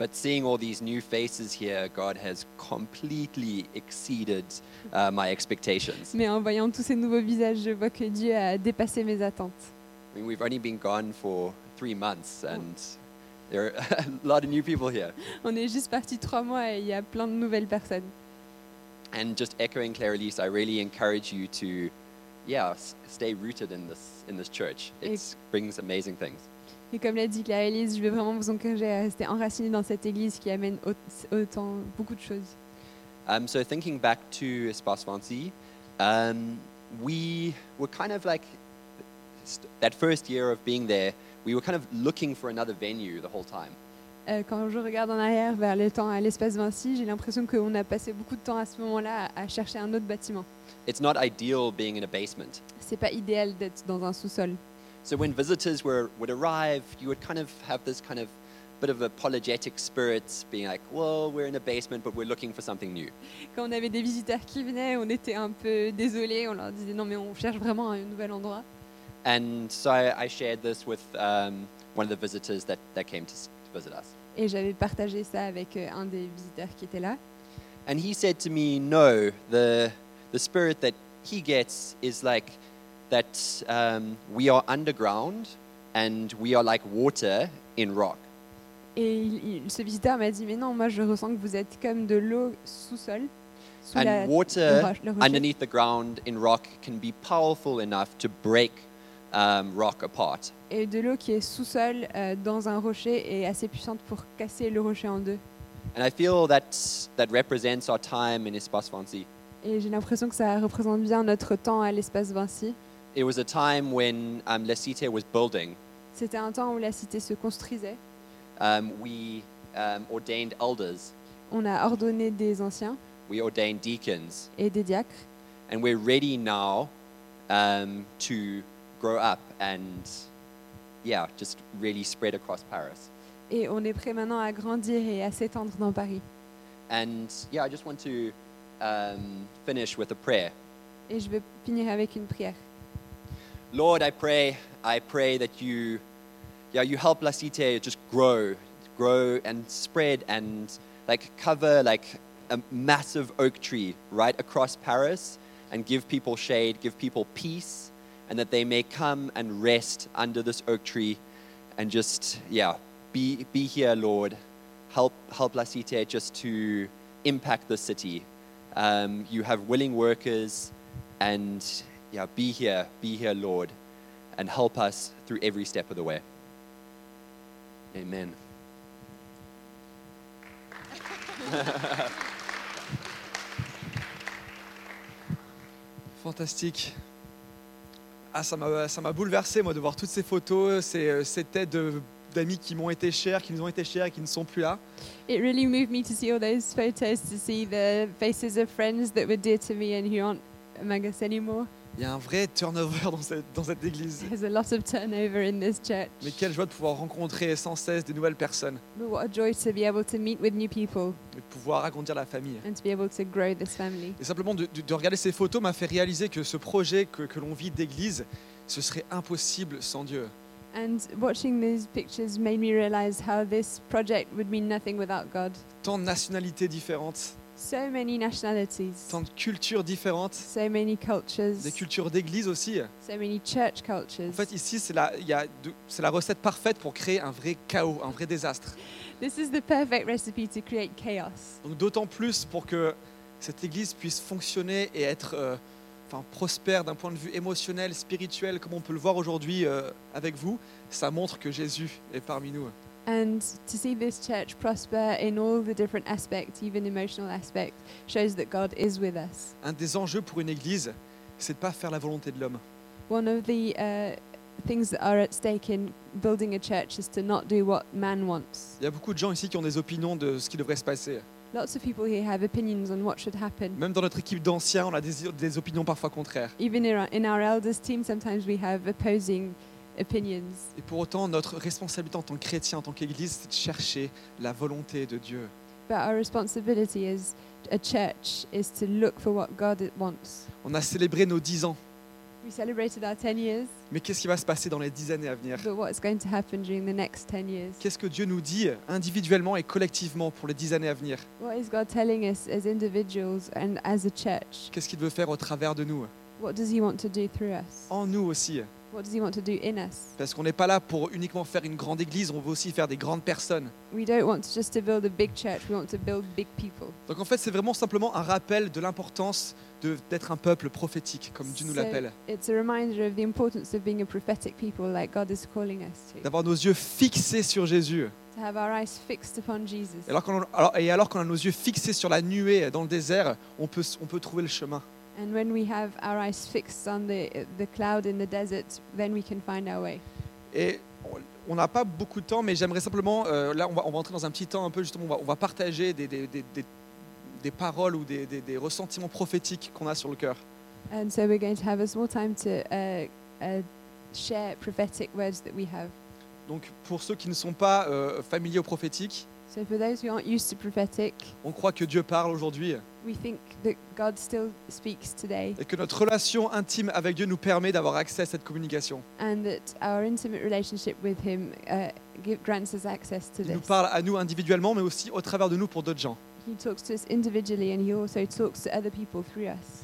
Speaker 10: But seeing all these new faces here, God has completely exceeded uh, my expectations.
Speaker 2: Mais en voyant tous ces nouveaux visages, je vois que Dieu a dépassé mes attentes.
Speaker 10: I mean, we've only been gone for three months, and there are [laughs] a lot of new people here.
Speaker 2: On est juste parti trois mois et il y a plein de nouvelles personnes.
Speaker 10: And just echoing Claire Elise, I really encourage you to, yeah, s- stay rooted in this in this church. It
Speaker 2: Ex-
Speaker 10: brings amazing things.
Speaker 2: Et comme l'a dit Claire Elise, je veux vraiment vous encourager à rester enraciné dans cette église qui amène au- autant, beaucoup de choses.
Speaker 10: Um, so thinking back to Espace Fancy, um, we were kind of like st- that first year of being there. We were kind of looking for another venue the whole time.
Speaker 2: Euh, quand je regarde en arrière vers le temps à l'espace Vinci, j'ai l'impression qu'on a passé beaucoup de temps à ce moment-là à, à chercher un autre bâtiment.
Speaker 10: It's not ideal being in a basement.
Speaker 2: C'est pas idéal d'être dans un sous-sol.
Speaker 10: So when visitors were would arrive, you would kind of have this kind of bit of apologetic spirit, being like, "Well, we're in a basement, but we're looking for something new."
Speaker 2: Quand on avait des visiteurs qui venaient, on était un peu désolés, on leur disait non mais on cherche vraiment un nouvel endroit.
Speaker 10: And so I, I shared this with um, one of the visitors that, that came to, s- to visit us.
Speaker 2: Et j'avais partagé ça avec euh, un des visiteurs qui était là.
Speaker 10: And he said to me, No, the, the spirit that he gets is like that um, we are underground and we are like water in rock.
Speaker 2: Et il- il- ce visiteur m'a dit mais non, moi je ressens que vous êtes comme de l'eau sous-sol. Sous la-
Speaker 10: And
Speaker 2: [laughs] le
Speaker 10: water
Speaker 2: roche- le rocher.
Speaker 10: underneath the ground in rock can be powerful enough to break um, rock apart.
Speaker 2: Et de l'eau qui est sous-sol euh, dans un rocher est assez puissante pour casser le rocher en deux.
Speaker 10: And I feel that that represents our time in Espace Fancy.
Speaker 2: Et j'ai l'impression que ça représente bien notre temps à l'espace Vinci.
Speaker 10: It was a time when um, La Cité was building.
Speaker 2: C'était un temps où la cité se construisait.
Speaker 10: Um, we um, ordained elders,
Speaker 2: On a ordonné des anciens
Speaker 10: we ordained deacons,
Speaker 2: et des diacres.
Speaker 10: and we're ready now um, to grow up and yeah just really spread across paris
Speaker 2: Et on est prêt maintenant à grandir et à s'étendre dans Paris.
Speaker 10: and yeah i just want to um, finish with a prayer
Speaker 2: Et je vais finir avec une prière.
Speaker 10: lord i pray i pray that you yeah you help la cité just grow grow and spread and like cover like a massive oak tree right across paris and give people shade give people peace and that they may come and rest under this oak tree and just yeah be be here lord help help la cité just to impact the city um, you have willing workers and yeah be here be here lord and help us through every step of the way amen
Speaker 11: Fantastique. Ah, ça m'a ça m'a bouleversé, moi, de voir toutes ces photos, ces, euh, ces têtes de- d'amis qui m'ont été chères, qui nous ont été chères et qui ne sont plus là.
Speaker 2: It really moved me to see all those photos, to see the faces of friends that were dear to me and who aren't among us anymore.
Speaker 11: Il y a un vrai turnover dans cette, dans cette église.
Speaker 2: There's a lot of turnover in this church.
Speaker 11: Mais quelle joie de pouvoir rencontrer sans cesse des nouvelles personnes
Speaker 2: But what a joy to be able to meet with new people
Speaker 11: et de pouvoir agrandir la famille.
Speaker 2: and to be able to grow this family.
Speaker 11: Et simplement de, de- de regarder ces photos m'a fait réaliser que ce projet que, que l'on vit d'église, ce serait impossible sans Dieu.
Speaker 2: And watching these pictures made me realize how this project would mean nothing without God.
Speaker 11: Tant de nationalités différentes,
Speaker 2: So many nationalities,
Speaker 11: tant de cultures différentes,
Speaker 2: so many
Speaker 11: des
Speaker 2: cultures,
Speaker 11: cultures d'église aussi.
Speaker 2: so many church
Speaker 11: En
Speaker 2: cultures.
Speaker 11: fait, ici, c'est la, il y a de- c'est la recette parfaite pour créer un vrai chaos, un vrai désastre.
Speaker 2: This is the perfect recipe to create chaos.
Speaker 11: Donc d'autant plus pour que cette église puisse fonctionner et être euh, enfin, prospère d'un point de vue émotionnel, spirituel, comme on peut le voir aujourd'hui euh, avec vous, ça montre que Jésus est parmi nous.
Speaker 2: And to see this church prosper in all the different aspects, even emotional aspect, shows that God is with us.
Speaker 11: Un des enjeux pour une église, c'est de pas faire la volonté de l'homme.
Speaker 2: One of the uh, things that are at stake in building a church is to not do what man wants.
Speaker 11: Il y a beaucoup de gens ici qui ont des opinions de ce qui devrait se passer.
Speaker 2: Lots of people here have opinions on what should happen.
Speaker 11: Même dans notre équipe d'anciens, on a des, des opinions parfois contraires.
Speaker 2: Even in our, in our elders' team, sometimes we have opposing opinions.
Speaker 11: Et pour autant, notre responsabilité en tant que chrétien, en tant qu'Église, c'est de chercher la volonté de Dieu.
Speaker 2: But our responsibility as a church is to look for what God wants.
Speaker 11: On a célébré nos 10 ans,
Speaker 2: We celebrated our 10 years,
Speaker 11: mais qu'est-ce qui va se passer dans les 10 années à venir
Speaker 2: but what's going to happen during the next 10 years?
Speaker 11: Qu'est-ce que Dieu nous dit individuellement et collectivement pour les 10 années à venir
Speaker 2: What is God telling us as individuals and as a church?
Speaker 11: Qu'est-ce qu'il veut faire au travers de nous
Speaker 2: What does He want to do through us?
Speaker 11: En nous aussi.
Speaker 2: What does He want to do in us?
Speaker 11: Parce qu'on n'est pas là pour uniquement faire une grande église, on veut aussi faire des grandes personnes.
Speaker 2: We don't want to just to build a big church, we want to build big people.
Speaker 11: Donc en fait, c'est vraiment simplement un rappel de l'importance de- d'être un peuple prophétique, comme Dieu nous
Speaker 2: So
Speaker 11: l'appelle.
Speaker 2: it's a reminder of the importance of being a prophetic people like God is calling us to.
Speaker 11: D'avoir nos yeux fixés sur Jésus.
Speaker 2: To have our eyes fixed upon Jesus.
Speaker 11: Et alors qu'on alors- et alors qu'on a nos yeux fixés sur la nuée dans le désert, on peut, s- on peut trouver le chemin.
Speaker 2: And when we have our eyes fixed on the, the cloud in the desert, then we can find our way.
Speaker 11: Et on- on n'a pas beaucoup de temps, mais j'aimerais simplement, euh, là on va, on va entrer dans un petit temps un peu justement, on va, on va partager des, des- des- des- des paroles ou des, des- des ressentiments prophétiques qu'on a sur le cœur.
Speaker 2: And so we're going to have a small time to uh, uh, share prophetic words that we have.
Speaker 11: Donc pour ceux qui ne sont pas euh, familiers au prophétique,
Speaker 2: So for those who aren't used to prophetic,
Speaker 11: on croit que Dieu parle aujourd'hui
Speaker 2: we think that God still speaks today
Speaker 11: et que notre relation intime avec Dieu nous permet d'avoir accès à cette communication.
Speaker 2: and that our intimate relationship with Him uh, give, grants us access to
Speaker 11: Il nous
Speaker 2: this.
Speaker 11: parle à nous individuellement, mais aussi au travers de nous pour d'autres gens.
Speaker 2: He talks to us individually and He also talks to other people through us.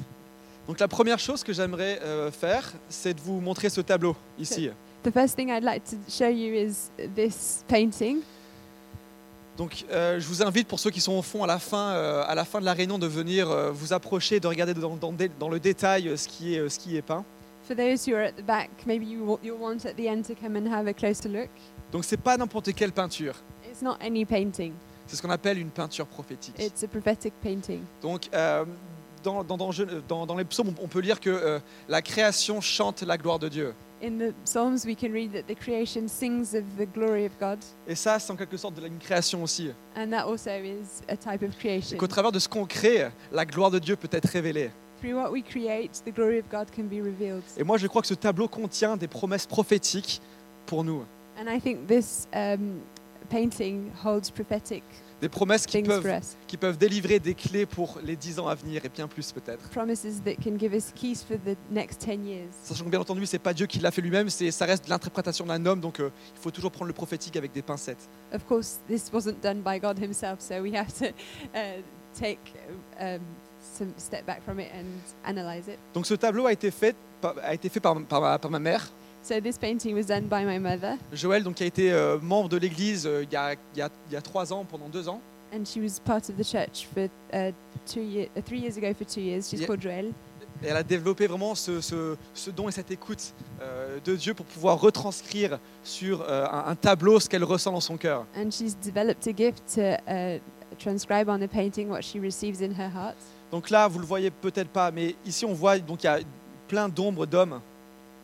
Speaker 11: Donc la première chose que j'aimerais euh, faire, c'est de vous montrer ce tableau ici.
Speaker 2: The first thing I'd like to show you is this painting.
Speaker 11: Donc euh, je vous invite pour ceux qui sont au fond à la fin, euh, à la fin de la réunion de venir euh, vous approcher, de regarder dans, dans dé- dans le détail euh, ce qui est, euh, ce qui est peint.
Speaker 2: For those who are at the back, maybe you wa- you'll want at the end to come and have a closer look.
Speaker 11: Donc c'est pas n'importe quelle peinture,
Speaker 2: It's not any painting.
Speaker 11: c'est ce qu'on appelle une peinture prophétique.
Speaker 2: It's a prophetic painting.
Speaker 11: Donc euh, dans, dans- dans Gen- dans- dans les psaumes, on peut lire que euh, la création chante la gloire de Dieu.
Speaker 2: In the Psalms, we can read that the creation sings of the glory of God,
Speaker 11: Et ça, c'est en quelque sorte de la- une création aussi.
Speaker 2: and that also is a type of
Speaker 11: Et
Speaker 2: creation.
Speaker 11: qu'au travers de ce qu'on crée, la gloire de Dieu peut être révélée.
Speaker 2: Through what we create, the glory of God can be revealed.
Speaker 11: Et moi, je crois que ce tableau contient des promesses prophétiques pour nous.
Speaker 2: And I think this um, painting holds prophetic
Speaker 11: Des promesses qui
Speaker 2: Things for
Speaker 11: peuvent,
Speaker 2: us.
Speaker 11: qui peuvent délivrer des clés pour les 10 ans à venir et bien plus peut-être.
Speaker 2: promises that can give us keys for the next 10 years.
Speaker 11: Sachant que bien entendu, c'est pas Dieu qui l'a fait lui-même, c'est ça reste l'interprétation d'un homme, donc euh, il faut toujours prendre le prophétique avec des pincettes.
Speaker 2: Of course, this wasn't done by God Himself, so we have to uh, take um, some step back from it and analyze it.
Speaker 11: Donc ce tableau a été fait, par- a été fait par, par ma, par ma mère,
Speaker 2: So this painting was done by my mother,
Speaker 11: Joël, donc qui a été euh, membre de l'Église euh, il y, a, il y a- il y a trois ans, pendant deux ans.
Speaker 2: and she was part of the church for uh, two year, uh, three years ago. For two years, she's
Speaker 11: Yeah.
Speaker 2: called Joelle,
Speaker 11: Et elle a développé vraiment ce, ce- ce don et cette écoute euh, de Dieu pour pouvoir retranscrire sur euh, un, un tableau ce qu'elle ressent dans son cœur.
Speaker 2: and she's developed a gift to uh, transcribe on a painting what she receives in her heart.
Speaker 11: Donc là, vous le voyez peut-être pas, mais ici on voit donc il y a plein d'ombres d'hommes.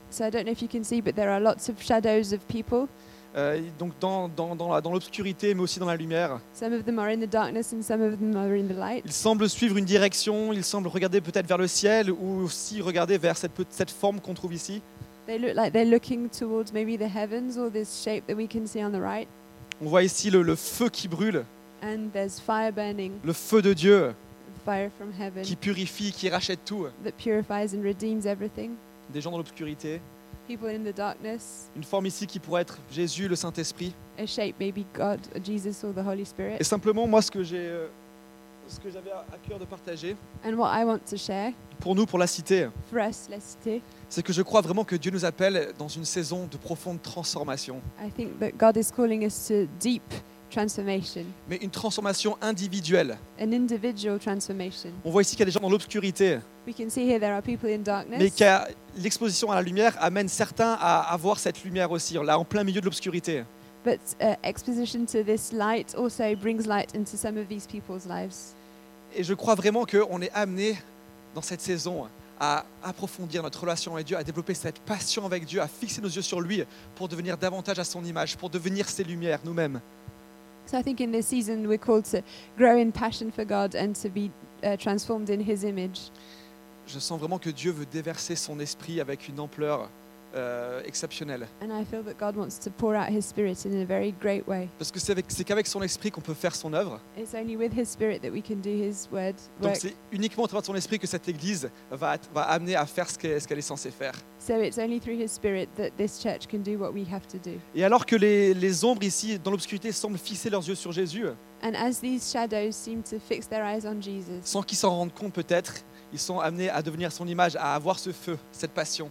Speaker 2: So I don't know if you can see, but there are lots of shadows of people.
Speaker 11: Euh, donc dans, dans- dans la- dans l'obscurité, mais aussi dans la lumière.
Speaker 2: Some of them are in the darkness, and some of them are in the light.
Speaker 11: Ils semblent suivre une direction, ils semblent regarder peut-être vers le ciel ou aussi regarder vers cette, pe- cette forme qu'on trouve ici.
Speaker 2: They look like they're looking towards maybe the heavens or this shape that we can see on the right.
Speaker 11: On voit ici le, le feu qui brûle,
Speaker 2: And there's fire burning,
Speaker 11: le feu de Dieu
Speaker 2: fire from heaven
Speaker 11: qui purifie, qui rachète tout.
Speaker 2: that purifies and redeems everything.
Speaker 11: Des gens dans l'obscurité.
Speaker 2: People in the darkness,
Speaker 11: Une forme ici qui pourrait être Jésus, le Saint-Esprit.
Speaker 2: a shape maybe God, or Jesus, or the Holy
Speaker 11: Et
Speaker 2: Spirit.
Speaker 11: simplement, moi, ce que j'ai, euh, ce que j'avais à à cœur de partager
Speaker 2: And what I want to share
Speaker 11: pour nous, pour la cité,
Speaker 2: for us, La Cité,
Speaker 11: c'est que je crois vraiment que Dieu nous appelle dans une saison de profonde transformation.
Speaker 2: I think that God is calling us to deep transformation,
Speaker 11: mais une transformation individuelle.
Speaker 2: an individual transformation.
Speaker 11: On voit ici qu'il y a des gens dans l'obscurité,
Speaker 2: We can see here there are people in
Speaker 11: mais
Speaker 2: darkness,
Speaker 11: qu'à l'exposition à la lumière amène certains à avoir cette lumière aussi, là en plein milieu de l'obscurité.
Speaker 2: but uh, exposition to this light also brings light into some of these people's lives.
Speaker 11: Et je crois vraiment qu'on est amené dans cette saison à approfondir notre relation avec Dieu, à développer cette passion avec Dieu, à fixer nos yeux sur lui pour devenir davantage à son image, pour devenir ses lumières nous-mêmes.
Speaker 2: So I think in this season we're called to grow in passion for God and to be uh, transformed in His image.
Speaker 11: Je sens vraiment que Dieu veut déverser son esprit avec une ampleur euh, exceptionnelle.
Speaker 2: And I feel that God wants to pour out His Spirit in a very great way.
Speaker 11: Parce que c'est avec- c'est qu'avec son esprit qu'on peut faire son œuvre.
Speaker 2: It's only with His Spirit that we can do His word
Speaker 11: Donc
Speaker 2: work.
Speaker 11: c'est uniquement au travers de son esprit que cette Église va, être- va amener à faire ce qu'elle ce qu'elle est censée faire.
Speaker 2: So it's only through His Spirit that this church can do what we have to do.
Speaker 11: Et alors que les, les ombres ici, dans l'obscurité, semblent fixer leurs yeux sur Jésus,
Speaker 2: And as these shadows seem to fix their eyes on Jesus,
Speaker 11: sans qu'ils s'en rendent compte peut-être, ils sont amenés à devenir son image, à avoir ce feu, cette passion.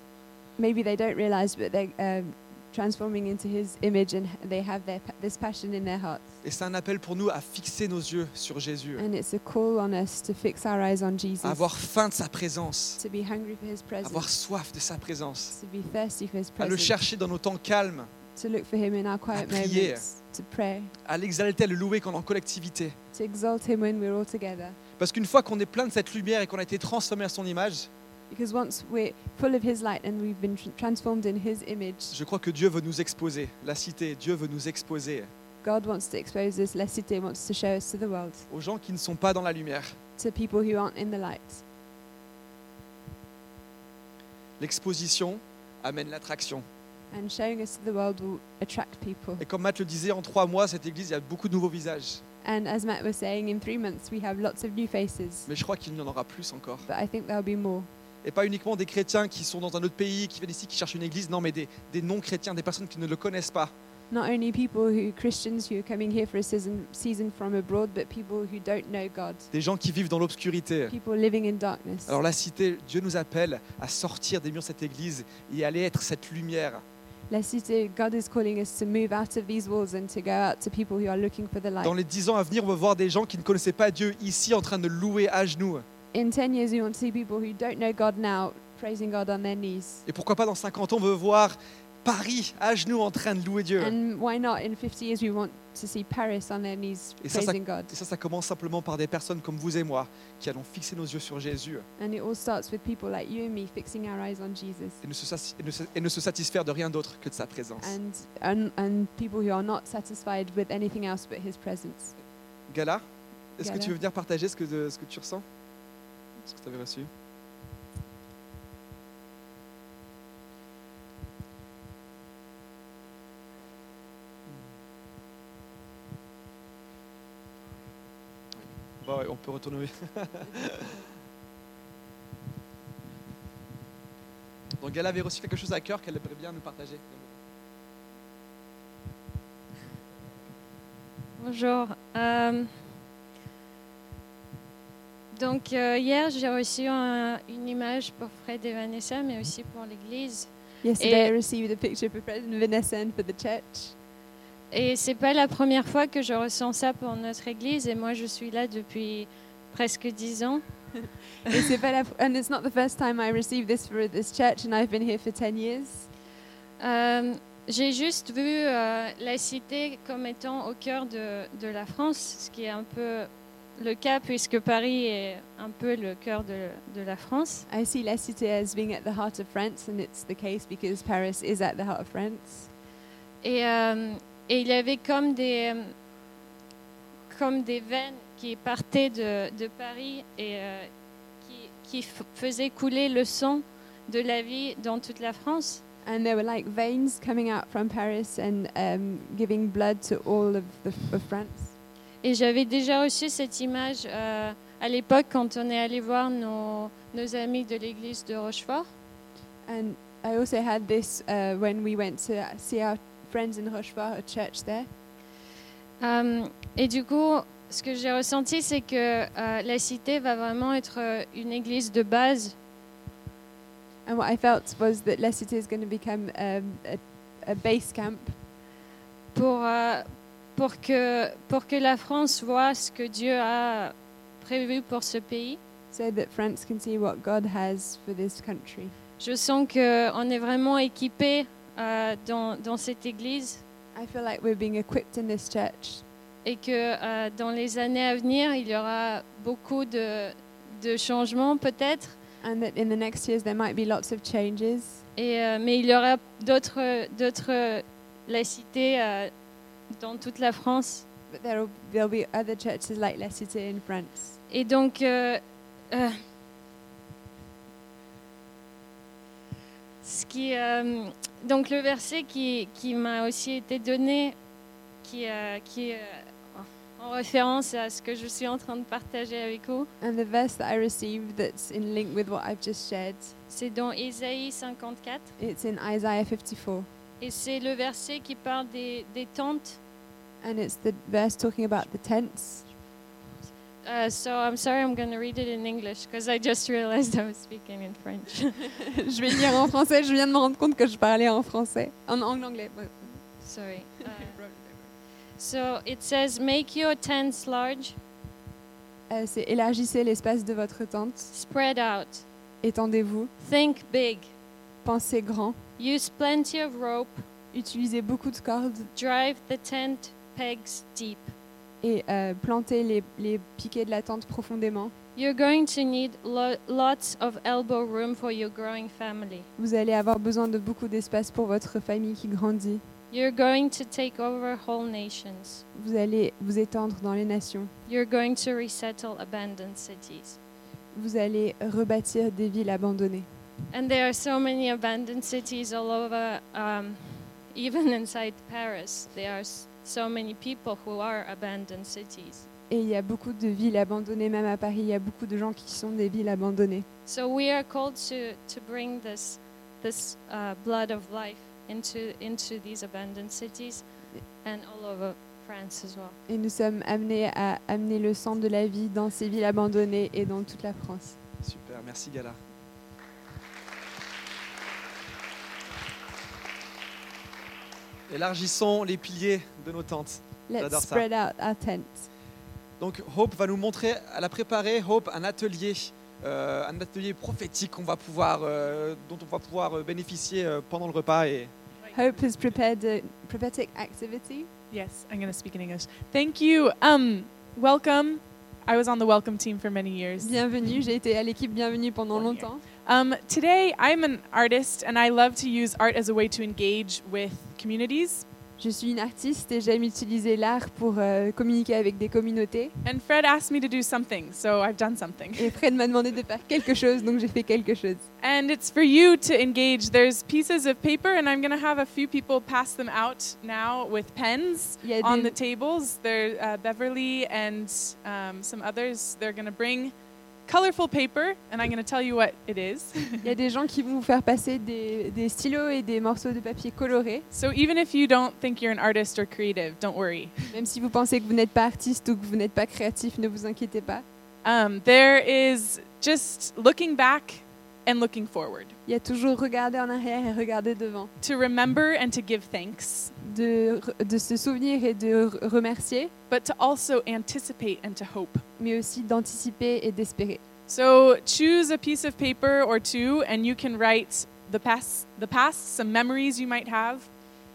Speaker 2: maybe they don't realize, but they're um, transforming into His image and they have their, pa- this passion in their hearts.
Speaker 11: Et c'est un appel pour nous à fixer nos yeux sur Jésus,
Speaker 2: And it's a call on us to fix our eyes on Jesus,
Speaker 11: à avoir faim de sa présence,
Speaker 2: to be hungry for His
Speaker 11: à avoir
Speaker 2: presence,
Speaker 11: soif de sa présence,
Speaker 2: to be thirsty for His
Speaker 11: à le
Speaker 2: presence,
Speaker 11: chercher dans nos temps calmes,
Speaker 2: to look for Him in our quiet
Speaker 11: prier.
Speaker 2: moments, to pray,
Speaker 11: à l'exalter, à le louer quand on est en collectivité.
Speaker 2: to exalt Him when we're all together.
Speaker 11: Parce qu'une fois qu'on est plein de cette lumière et qu'on a été transformé à son image,
Speaker 2: Because once we're full of His light and we've been tr- transformed in His image,
Speaker 11: je crois que Dieu veut nous exposer. La cité, Dieu veut nous exposer
Speaker 2: God wants to expose us, La Cité wants to show us to the world,
Speaker 11: aux gens qui ne sont pas dans la lumière.
Speaker 2: to people who aren't in the light.
Speaker 11: L'exposition amène l'attraction.
Speaker 2: And showing us to the world will attract people.
Speaker 11: Et comme Matt le disait, en trois mois, cette église, il y a beaucoup de nouveaux visages.
Speaker 2: And as Matt was saying, in three months we have lots of new faces,
Speaker 11: Mais je crois qu'il y en aura plus encore.
Speaker 2: but I think there'll be more.
Speaker 11: Et pas uniquement des chrétiens qui sont dans un autre pays, qui viennent ici, qui cherchent une église, non, mais des, des non-chrétiens, des personnes qui ne le connaissent pas.
Speaker 2: Not only people who Christians who are coming here for a season, season from abroad, but people who don't know God,
Speaker 11: Des gens qui vivent dans l'obscurité.
Speaker 2: people living in darkness.
Speaker 11: Alors la cité, Dieu nous appelle à sortir des murs de cette église et à aller être cette lumière.
Speaker 2: La Cité, God is calling us to move out of these walls and to go out to people who are looking for the light.
Speaker 11: Dans les dix ans à venir, on va voir des gens qui ne connaissaient pas Dieu ici en train de louer à genoux.
Speaker 2: In 10 years, we want to see people who don't know God now praising God on their knees.
Speaker 11: Et pourquoi pas dans 50 ans, on veut voir Paris à genoux en train de louer Dieu.
Speaker 2: And why not? In 50 years, we want to see Paris on their knees
Speaker 11: Et ça ça,
Speaker 2: praising God.
Speaker 11: et ça, ça commence simplement par des personnes comme vous et moi qui allons fixer nos yeux sur Jésus
Speaker 2: And it all starts with people like you and me fixing our eyes on Jesus
Speaker 11: et ne se, sati- et ne se- et ne se satisfaire de rien d'autre que de sa présence.
Speaker 2: and, and, and people who are not satisfied with anything else but His presence.
Speaker 11: Gala, est-ce que
Speaker 2: Gala.
Speaker 11: tu veux venir partager ce que, de- ce que tu ressens Ce que tu avais reçu Bah ouais, on peut retourner. [laughs] Donc Gala avait reçu quelque chose à cœur qu'elle aimerait bien nous partager.
Speaker 12: Bonjour. Euh, donc euh, hier, j'ai reçu un- une image pour Fred et Vanessa, mais aussi pour l'église.
Speaker 2: Yesterday, I
Speaker 12: Et,
Speaker 2: received a picture for Fred and Vanessa and for the church.
Speaker 12: et c'est pas la première fois que je ressens ça pour notre église, et moi je suis là depuis presque dix ans.
Speaker 2: [laughs] Et c'est pas la- and it's not the first time I received this for this church, and I've been here for 10 years.
Speaker 12: Euh, j'ai juste vu euh, la cité comme étant au cœur de, de la France, ce qui est un peu le cas puisque Paris est un peu le cœur de, de la France.
Speaker 2: I see La Cité as being at the heart of France, and it's the case because Paris is at the heart of France.
Speaker 12: Et, euh, et il y avait comme des, comme des veines qui partaient de, de Paris et euh, qui, qui f- faisaient couler le sang de la vie dans toute la France.
Speaker 2: And there were like veins coming out from Paris and um, giving blood to all of, the, of France.
Speaker 12: Et j'avais déjà reçu cette image euh, à l'époque quand on est allé voir nos, nos amis de l'église de Rochefort.
Speaker 2: And I also had this uh, when we went to see our friends in Rochefort, a church there.
Speaker 12: Euh, et du coup, ce que j'ai ressenti, c'est que euh, la cité va vraiment être euh, une église de base
Speaker 2: And what I felt was that La Cité is going to become um, a, a base camp
Speaker 12: pour, euh, pour, que, pour que la France voit ce que Dieu a prévu pour ce pays.
Speaker 2: so that France can see what God has for this country.
Speaker 12: Je sens qu'on est vraiment équipé euh, dans, dans cette église
Speaker 2: I feel like we're being equipped in this church,
Speaker 12: et que euh, dans les années à venir, il y aura beaucoup de, de changements peut-être,
Speaker 2: and that in the next years there might be lots of changes.
Speaker 12: Et, euh, mais il y aura d'autres, d'autres laïcités euh, dans toute la France.
Speaker 2: But there will there'll be other churches like La Cité in France.
Speaker 12: Et donc, euh, euh, ce qui, euh, donc le verset qui, qui m'a aussi été donné, qui, euh, qui est en référence à ce que je suis en train de partager avec vous,
Speaker 2: And the verse that I received that's in link with what I've just shared,
Speaker 12: c'est dans Ésaïe 54.
Speaker 2: it's in Isaiah 54.
Speaker 12: Et c'est le verset qui parle des, des tentes.
Speaker 2: And it's the verse talking about the tents.
Speaker 12: Uh, so I'm sorry, I'm going to read it in English because I just realized I was speaking in French.
Speaker 2: [laughs] je vais le lire en français, je viens de me rendre compte que je parlais en français. En, en anglais. but-
Speaker 12: Sorry. Uh, so it says, Make your tents large,
Speaker 2: Euh, c'est élargissez l'espace de votre tente,
Speaker 12: spread out,
Speaker 2: étendez-vous,
Speaker 12: think big,
Speaker 2: pensez grand,
Speaker 12: use plenty of rope,
Speaker 2: utilisez beaucoup de cordes
Speaker 12: drive the tent pegs deep.
Speaker 2: et euh, plantez les, les piquets de la tente profondément.
Speaker 12: You're going to need lo- lots of elbow room for your growing family.
Speaker 2: Vous allez avoir besoin de beaucoup d'espace pour votre famille qui grandit.
Speaker 12: You're going to take over whole nations.
Speaker 2: Vous allez vous étendre dans les nations.
Speaker 12: You're going to resettle abandoned cities.
Speaker 2: Vous allez rebâtir des villes abandonnées.
Speaker 12: And there are so many abandoned cities all over, um, even inside Paris. There are s- so many people who are abandoned cities.
Speaker 2: Et il y a beaucoup de villes abandonnées, même à Paris, il y a beaucoup de gens qui sont des villes abandonnées.
Speaker 12: So we are called to, to bring this, this uh, blood of life into, into these abandoned cities and all over France as well.
Speaker 2: Et nous sommes amenés à amener le sang de la vie dans ces villes abandonnées et dans toute la France.
Speaker 11: Super, merci Gala. Élargissons les piliers de nos tentes.
Speaker 2: Let's
Speaker 11: J'adore ça.
Speaker 2: spread out our tents.
Speaker 11: Donc Hope va nous montrer, elle a préparé Hope un atelier, euh, un atelier prophétique qu'on va pouvoir, euh, dont on va pouvoir euh, bénéficier euh, pendant le repas et
Speaker 2: Hope has prepared a prophetic activity.
Speaker 13: Yes, I'm going to speak in English. Thank you. Um, welcome. I was on the welcome team for many years.
Speaker 2: Bienvenue, j'ai été à l'équipe Bienvenue pendant longtemps.
Speaker 13: Um, today, I'm an artist, and I love to use art as a way to engage with communities.
Speaker 2: Je suis une artiste et j'aime utiliser l'art pour euh, communiquer avec des communautés.
Speaker 13: And Fred asked me to do something, so I've done something.
Speaker 2: Et Fred m'a demandé de faire quelque chose, donc j'ai fait quelque chose.
Speaker 13: And it's for you to engage. There's pieces of paper, and I'm going to have a few people pass them out now with pens
Speaker 2: Yeah,
Speaker 13: on
Speaker 2: do-
Speaker 13: the tables. There, uh, Beverly and um, some others. They're going to bring colorful paper, and I'm going to tell you what it is. [laughs]
Speaker 2: Il y a des gens qui vont vous faire passer des, des stylos et des morceaux de papier colorés.
Speaker 13: so even if you don't think you're an artist or creative, don't worry. [laughs]
Speaker 2: Même si vous pensez que vous n'êtes pas artiste ou que vous n'êtes pas créatif, ne vous inquiétez pas.
Speaker 13: Um, there is just looking back and looking forward
Speaker 2: Il y a toujours regarder en arrière et regarder devant.
Speaker 13: to remember and to give thanks,
Speaker 2: De, re- de se souvenir et de re- remercier,
Speaker 13: but to also anticipate and to hope.
Speaker 2: mais aussi d'anticiper et d'espérer.
Speaker 13: So choose a piece of paper or two, and you can write the past, the past, some memories you might have,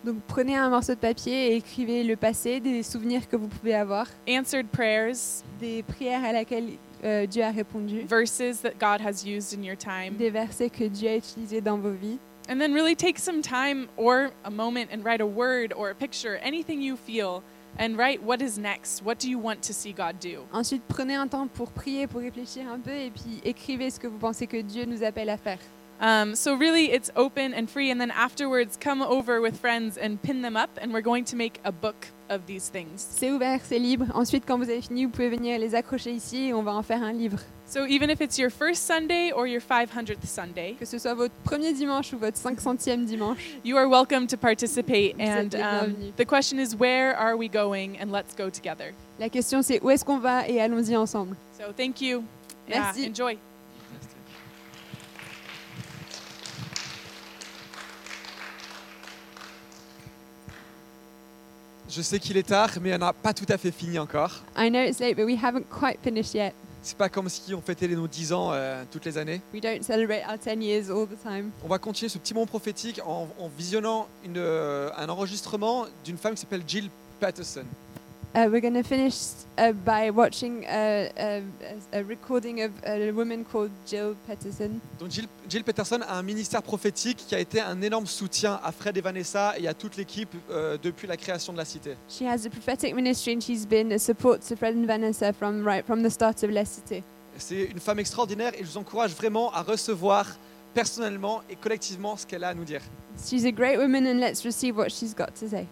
Speaker 2: Donc prenez un morceau de papier et écrivez le passé, des souvenirs que vous pouvez avoir,
Speaker 13: answered prayers,
Speaker 2: des prières à laquelle euh, Dieu a répondu,
Speaker 13: verses that God has used in your time,
Speaker 2: des versets que Dieu a utilisés dans vos vies.
Speaker 13: and then really take some time or a moment and write a word or a picture, anything you feel, and write what is next. What do you want to see God do?
Speaker 2: Ensuite, prenez un temps pour prier, pour réfléchir un peu et puis écrivez ce que vous pensez que Dieu nous appelle à faire.
Speaker 13: Um, so really, it's open and free. And then afterwards, come over with friends and pin them up, and we're going to make a book of these things.
Speaker 2: C'est ouvert, c'est libre. Ensuite, quand vous avez fini, vous pouvez venir les accrocher ici et on va en faire un livre.
Speaker 13: So even if it's your first Sunday or your 500th Sunday,
Speaker 2: Que ce soit votre premier dimanche ou votre 500e dimanche,
Speaker 13: you are welcome to participate.
Speaker 2: Vous êtes
Speaker 13: And
Speaker 2: les
Speaker 13: um,
Speaker 2: bienvenus.
Speaker 13: the question is, where are we going? And let's go together.
Speaker 2: la question c'est où est-ce qu'on va et allons-y ensemble.
Speaker 13: So thank you. Yeah,
Speaker 2: Merci.
Speaker 13: enjoy.
Speaker 11: je sais qu'il est tard, mais on n'a pas tout à fait fini encore.
Speaker 2: I know it's late, but we haven't quite finished yet.
Speaker 11: C'est pas comme si on fêtait les- nos 10 ans euh, toutes les années.
Speaker 2: We don't celebrate our 10 years all the time.
Speaker 11: On va continuer ce petit moment prophétique en, en visionnant une, euh, un enregistrement d'une femme qui s'appelle Jill Patterson.
Speaker 2: Uh, we're going to finish uh, by watching a, a, a recording of a woman called Jill Peterson.
Speaker 11: Donc Jill, Jill Peterson a un ministère prophétique qui a été un énorme soutien à Fred et Vanessa et à toute l'équipe euh, depuis la création de la cité.
Speaker 2: She has a prophetic ministry and she's been a support to Fred and Vanessa from right from the start of La Cité.
Speaker 11: C'est une femme extraordinaire et je vous encourage vraiment à recevoir personnellement et collectivement ce qu'elle a à nous dire.
Speaker 2: She's a great woman and let's receive what she's got to say.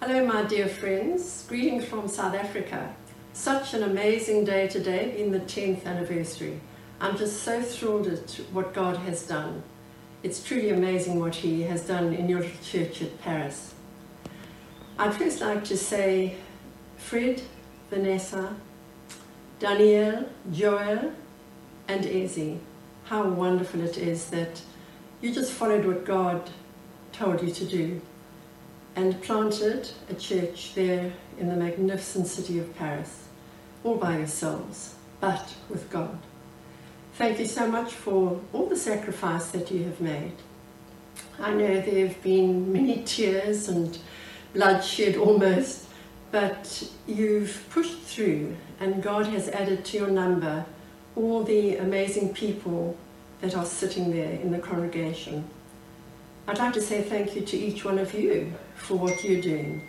Speaker 14: Hello, my dear friends. Greetings from South Africa. Such an amazing day today, being the 10th anniversary. I'm just so thrilled at what God has done. It's truly amazing what He has done in your little church at Paris. I'd first like to say, Fred, Vanessa, Danielle, Joel, and Izzy, how wonderful it is that you just followed what God told you to do and planted a church there in the magnificent city of Paris, all by yourselves, but with God. Thank you so much for all the sacrifice that you have made. I know there have been many tears and bloodshed almost, but you've pushed through, and God has added to your number all the amazing people that are sitting there in the congregation. I'd like to say thank you to each one of you for what you're doing.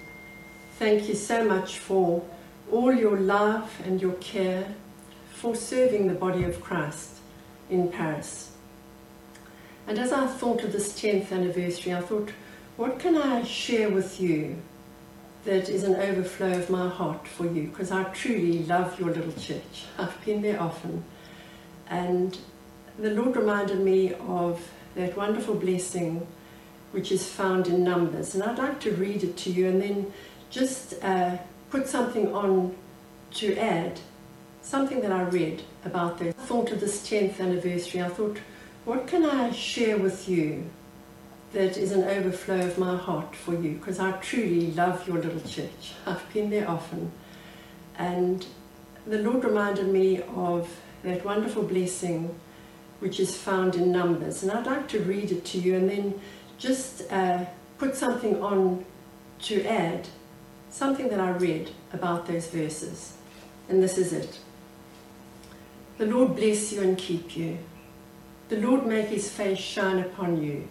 Speaker 14: Thank you so much for all your love and your care for serving the body of Christ in Paris. And as I thought of this 10th anniversary, I thought, what can I share with you that is an overflow of my heart for you? Because I truly love your little church. I've been there often. And the Lord reminded me of that wonderful blessing which is found in Numbers. And I'd like to read it to you and then just uh, put something on to add, something that I read about this. I thought of this 10th anniversary, I thought, what can I share with you that is an overflow of my heart for you? Because I truly love your little church. I've been there often. And the Lord reminded me of that wonderful blessing which is found in Numbers. And I'd like to read it to you and then just uh, put something on to add, something that I read about those verses. And this is it The Lord bless you and keep you. The Lord make his face shine upon you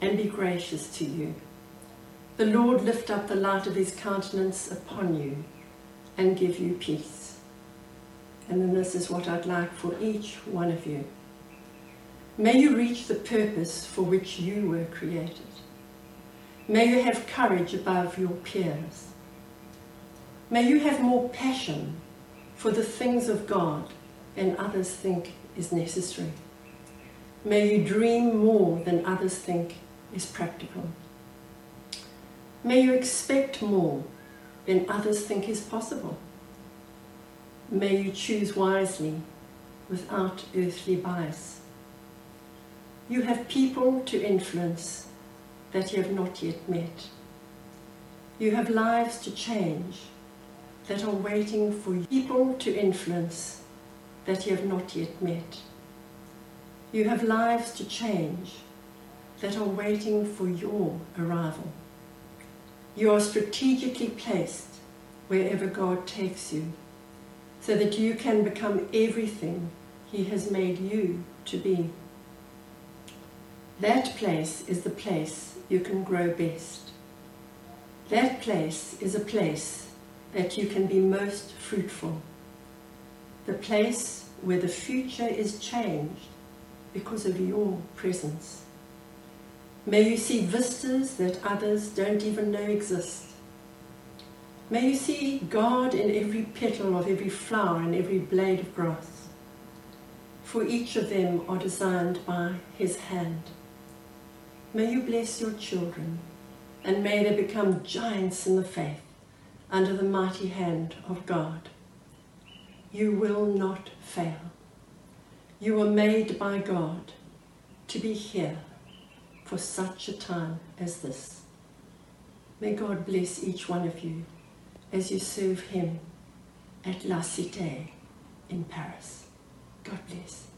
Speaker 14: and be gracious to you. The Lord lift up the light of his countenance upon you and give you peace. And then this is what I'd like for each one of you. May you reach the purpose for which you were created. May you have courage above your peers. May you have more passion for the things of God than others think is necessary. May you dream more than others think is practical. May you expect more than others think is possible. May you choose wisely without earthly bias. You have people to influence that you have not yet met. You have lives to change that are waiting for you. people to influence that you have not yet met. You have lives to change that are waiting for your arrival. You are strategically placed wherever God takes you so that you can become everything He has made you to be. That place is the place you can grow best. That place is a place that you can be most fruitful. The place where the future is changed because of your presence. May you see vistas that others don't even know exist. May you see God in every petal of every flower and every blade of grass. For each of them are designed by His hand. May you bless your children, and may they become giants in the faith under the mighty hand of God. You will not fail. You were made by God to be here for such a time as this. May God bless each one of you as you serve Him at La Cité in Paris. God bless.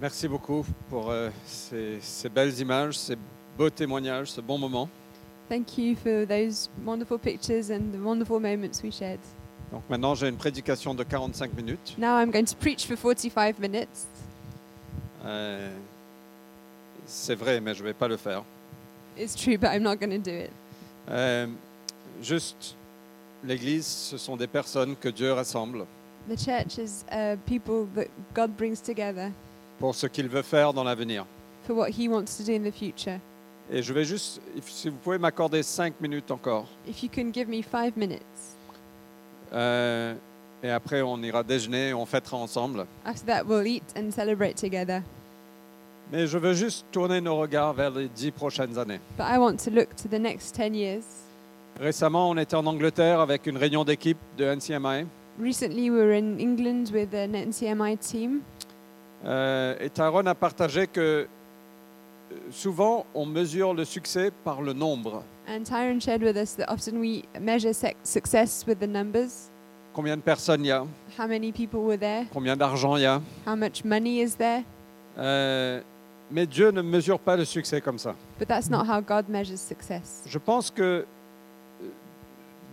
Speaker 1: Merci beaucoup pour euh, ces, ces belles images, ces beaux témoignages, ce bon moment.
Speaker 2: Thank you for those wonderful pictures and the wonderful moments we shared.
Speaker 1: Donc maintenant, j'ai une prédication de 45 minutes.
Speaker 2: Now I'm going to preach for 45 minutes.
Speaker 1: Euh, c'est vrai, mais je ne vais pas le faire.
Speaker 2: It's true, but I'm not going to do it.
Speaker 1: Euh, juste, l'Église, ce sont des personnes que Dieu rassemble
Speaker 2: The church is uh, people that God brings together
Speaker 1: pour ce qu'il veut faire dans l'avenir.
Speaker 2: for what He wants to do in the future.
Speaker 1: Et je vais juste, if- si vous pouvez m'accorder cinq minutes encore,
Speaker 2: If you can give me five minutes,
Speaker 1: euh, et après on ira déjeuner, on fêtera ensemble.
Speaker 2: after that we'll eat and celebrate together.
Speaker 1: Mais je veux juste tourner nos regards vers les dix prochaines années.
Speaker 2: But I want to look to the next 10 years.
Speaker 1: Récemment, on était en Angleterre avec une réunion d'équipe de NCMI.
Speaker 2: Recently, we were in England with an NCMI team,
Speaker 1: Euh, et Tyrone a partagé que euh, souvent, on mesure le succès par le nombre.
Speaker 2: and Tyron shared with us that often we measure sec- success with the numbers
Speaker 1: Combien de personnes il y a
Speaker 2: how many people were there,
Speaker 1: Combien d'argent il y a
Speaker 2: how much money is there.
Speaker 1: Euh, Mais Dieu ne mesure pas le succès comme ça.
Speaker 2: But that's not how God measures success.
Speaker 1: Je pense que euh,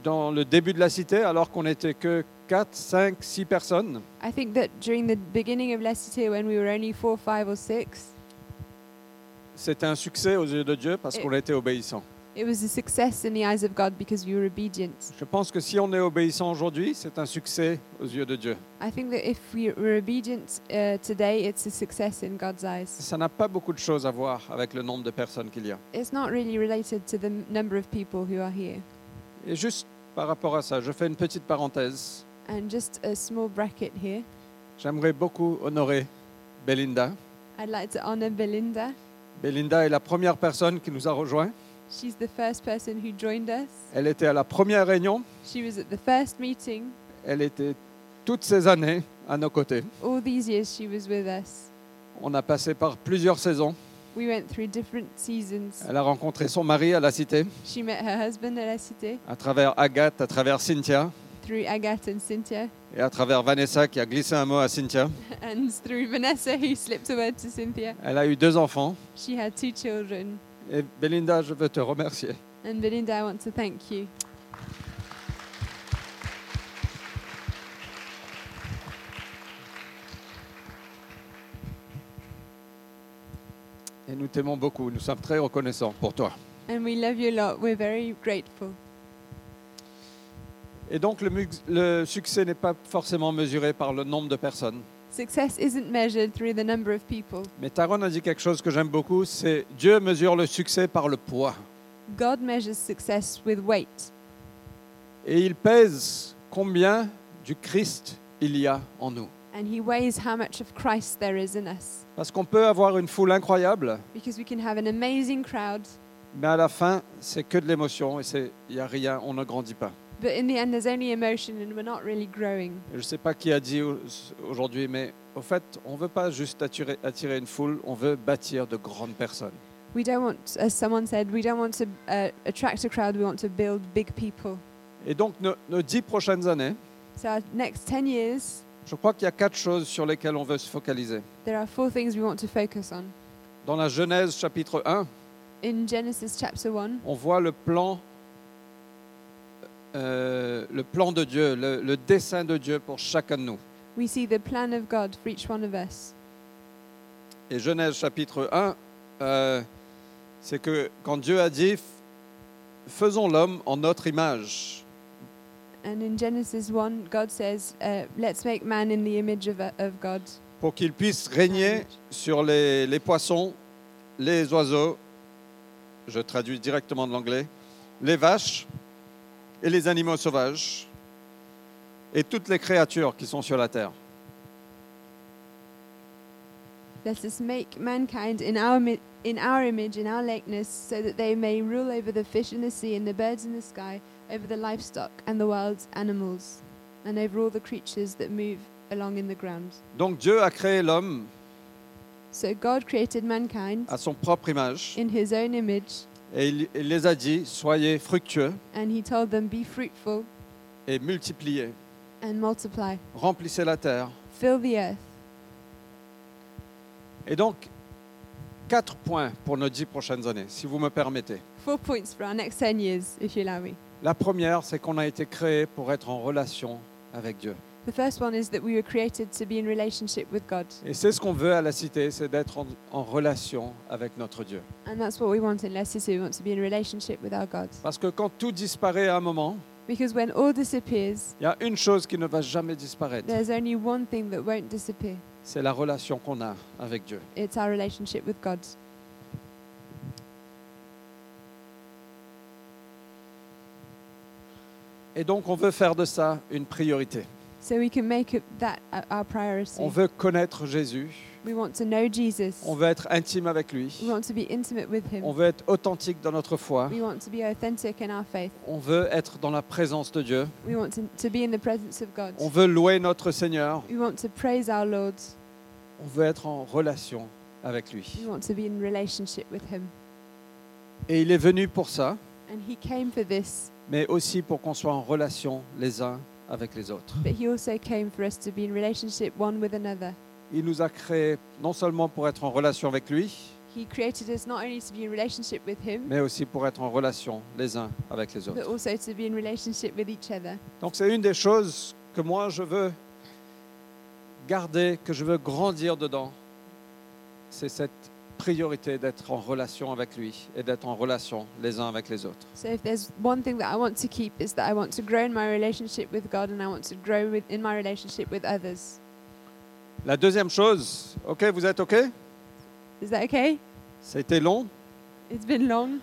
Speaker 1: dans le début de la cité, alors qu'on n'était que 4, 5, 6 personnes,
Speaker 2: I think that during the beginning of Leicester, when we were only four, five, or six,
Speaker 1: c'était un succès aux yeux de Dieu parce
Speaker 2: Et-
Speaker 1: qu'on était obéissant.
Speaker 2: it was a success in the eyes of God because we were obedient.
Speaker 1: Je pense que si on est obéissant aujourd'hui, c'est un succès aux yeux de Dieu.
Speaker 2: I think that if we were obedient uh, today, it's a success in God's eyes.
Speaker 1: Ça n'a pas beaucoup de choses à voir avec le nombre de personnes qu'il y a.
Speaker 2: It's not really related to the m- number of people who are here.
Speaker 1: Et juste par rapport à ça, je fais une petite parenthèse.
Speaker 2: And just a small bracket here.
Speaker 1: J'aimerais beaucoup honorer Belinda.
Speaker 2: I'd like to honor Belinda.
Speaker 1: Belinda est la première personne qui nous a rejoints.
Speaker 2: She's the first person who joined us.
Speaker 1: Elle était à la première réunion.
Speaker 2: She was at the first meeting.
Speaker 1: Elle était toutes ces années à nos côtés.
Speaker 2: All these years she was with us.
Speaker 1: On a passé par plusieurs saisons.
Speaker 2: We went through different seasons.
Speaker 1: Elle a rencontré son mari à la cité,
Speaker 2: She met her husband at La Cité
Speaker 1: à travers Agathe, à travers Cynthia,
Speaker 2: through Agathe and Cynthia, [laughs]
Speaker 1: et à travers Vanessa qui a glissé un mot à Cynthia.
Speaker 2: and through Vanessa, who slipped a word to Cynthia.
Speaker 1: Elle a eu deux enfants.
Speaker 2: She had two children.
Speaker 1: Et Belinda, je veux te remercier.
Speaker 2: And Belinda, I want to thank you.
Speaker 1: Et nous t'aimons beaucoup. Nous sommes très reconnaissants pour toi.
Speaker 2: And we love you a lot. We're very grateful.
Speaker 1: Et donc, le, mux- le succès n'est pas forcément mesuré par le nombre de personnes.
Speaker 2: Success isn't measured through the number of people.
Speaker 1: Mais Taron a dit quelque chose que j'aime beaucoup, c'est Dieu mesure le succès par le poids.
Speaker 2: God measures success with weight,
Speaker 1: Et il pèse combien du Christ il y a en nous.
Speaker 2: and He weighs how much of Christ there is in us.
Speaker 1: Parce qu'on peut avoir une foule incroyable,
Speaker 2: Because we can have an amazing crowd,
Speaker 1: mais à la fin, c'est que de l'émotion et c'est- il n'y a rien, on ne grandit pas.
Speaker 2: but in the end, there's only emotion, and we're not really growing.
Speaker 1: Et Je ne sais pas qui a dit au- aujourd'hui, mais au fait, on ne veut pas juste attirer, attirer une foule, on veut bâtir de grandes personnes.
Speaker 2: We don't want, as someone said, we don't want to uh, attract a crowd. We want to build big people.
Speaker 1: Et donc, nos, nos dix prochaines années,
Speaker 2: So our next ten years,
Speaker 1: je crois qu'il y a quatre choses sur lesquelles on veut se focaliser.
Speaker 2: there are four things we want to focus on.
Speaker 1: Dans la Genèse chapitre 1,
Speaker 2: In Genesis chapter one,
Speaker 1: on voit le plan, euh, le plan de Dieu, le, le dessein de Dieu pour chacun de nous.
Speaker 2: we see the plan of God for each one of us.
Speaker 1: Et Genèse chapitre 1, euh, c'est que quand Dieu a dit, faisons l'homme en notre image,
Speaker 2: And in Genesis 1, God says, uh, Let's make man in the image of, uh, of God,
Speaker 1: pour qu'il puisse régner sur les, les poissons, les oiseaux, je traduis directement de l'anglais, les vaches et les animaux sauvages, et toutes les créatures qui sont sur la terre.
Speaker 2: let us make mankind in our, mi- in our image, in our likeness, so that they may rule over the fish in the sea and the birds in the sky, over the livestock and the wild animals, and over all the creatures that move along in the ground.
Speaker 1: Donc Dieu a créé l'homme
Speaker 2: So God created mankind
Speaker 1: à son propre image
Speaker 2: in his own image,
Speaker 1: et il, il les a dit soyez fructueux
Speaker 2: and he told them, Be fruitful
Speaker 1: et multipliez,
Speaker 2: and multiply,
Speaker 1: remplissez la terre
Speaker 2: fill the earth.
Speaker 1: Et donc, quatre points pour nos dix prochaines années, si vous me permettez.
Speaker 2: Four points for our next 10 years, if you allow me.
Speaker 1: La première, c'est qu'on a été créé pour être en relation avec Dieu.
Speaker 2: The first one is that we were created to be in relationship with God,
Speaker 1: Et c'est ce qu'on veut à la cité, c'est d'être en, en relation avec notre Dieu.
Speaker 2: and that's what we want in Leicester. We want to be in relationship with our God.
Speaker 1: Parce que quand tout disparaît à un moment,
Speaker 2: Because when all disappears,
Speaker 1: il y a une chose qui ne va jamais disparaître,
Speaker 2: there's only one thing that won't disappear.
Speaker 1: c'est la relation qu'on a avec Dieu.
Speaker 2: It's our relationship with God.
Speaker 1: Et donc, on veut faire de ça une priorité.
Speaker 2: So we can make it that o- our priority.
Speaker 1: On veut connaître Jésus,
Speaker 2: We want to know Jesus.
Speaker 1: on veut être intime avec lui,
Speaker 2: We want to be intimate with Him.
Speaker 1: on veut être authentique dans notre foi,
Speaker 2: We want to be authentic in our faith.
Speaker 1: on veut être dans la présence de Dieu,
Speaker 2: We want to, to be in the presence of God.
Speaker 1: on veut louer notre Seigneur,
Speaker 2: We want to praise our Lord.
Speaker 1: on veut être en relation avec lui.
Speaker 2: We want to be in relationship with Him.
Speaker 1: Et il est venu pour ça,
Speaker 2: And He came for this,
Speaker 1: mais aussi pour qu'on soit en relation les uns avec les autres.
Speaker 2: but He also came for us to be in relationship one with another.
Speaker 1: Il nous a créés non seulement pour être en relation avec lui,
Speaker 2: He created us not only to be in relationship with Him,
Speaker 1: mais aussi pour être en relation les uns avec les
Speaker 2: but
Speaker 1: autres.
Speaker 2: also to be in relationship with each other.
Speaker 1: Donc c'est une des choses que moi je veux garder, que je veux grandir dedans, c'est cette priorité d'être en relation avec lui et d'être en relation les uns avec les autres.
Speaker 2: So if there's one thing that I want to keep is that I want to grow in my relationship with God and I want to grow with, in my relationship with others.
Speaker 1: La deuxième chose, ok, vous êtes ok
Speaker 2: Is that okay?
Speaker 1: C'était long.
Speaker 2: It's been long.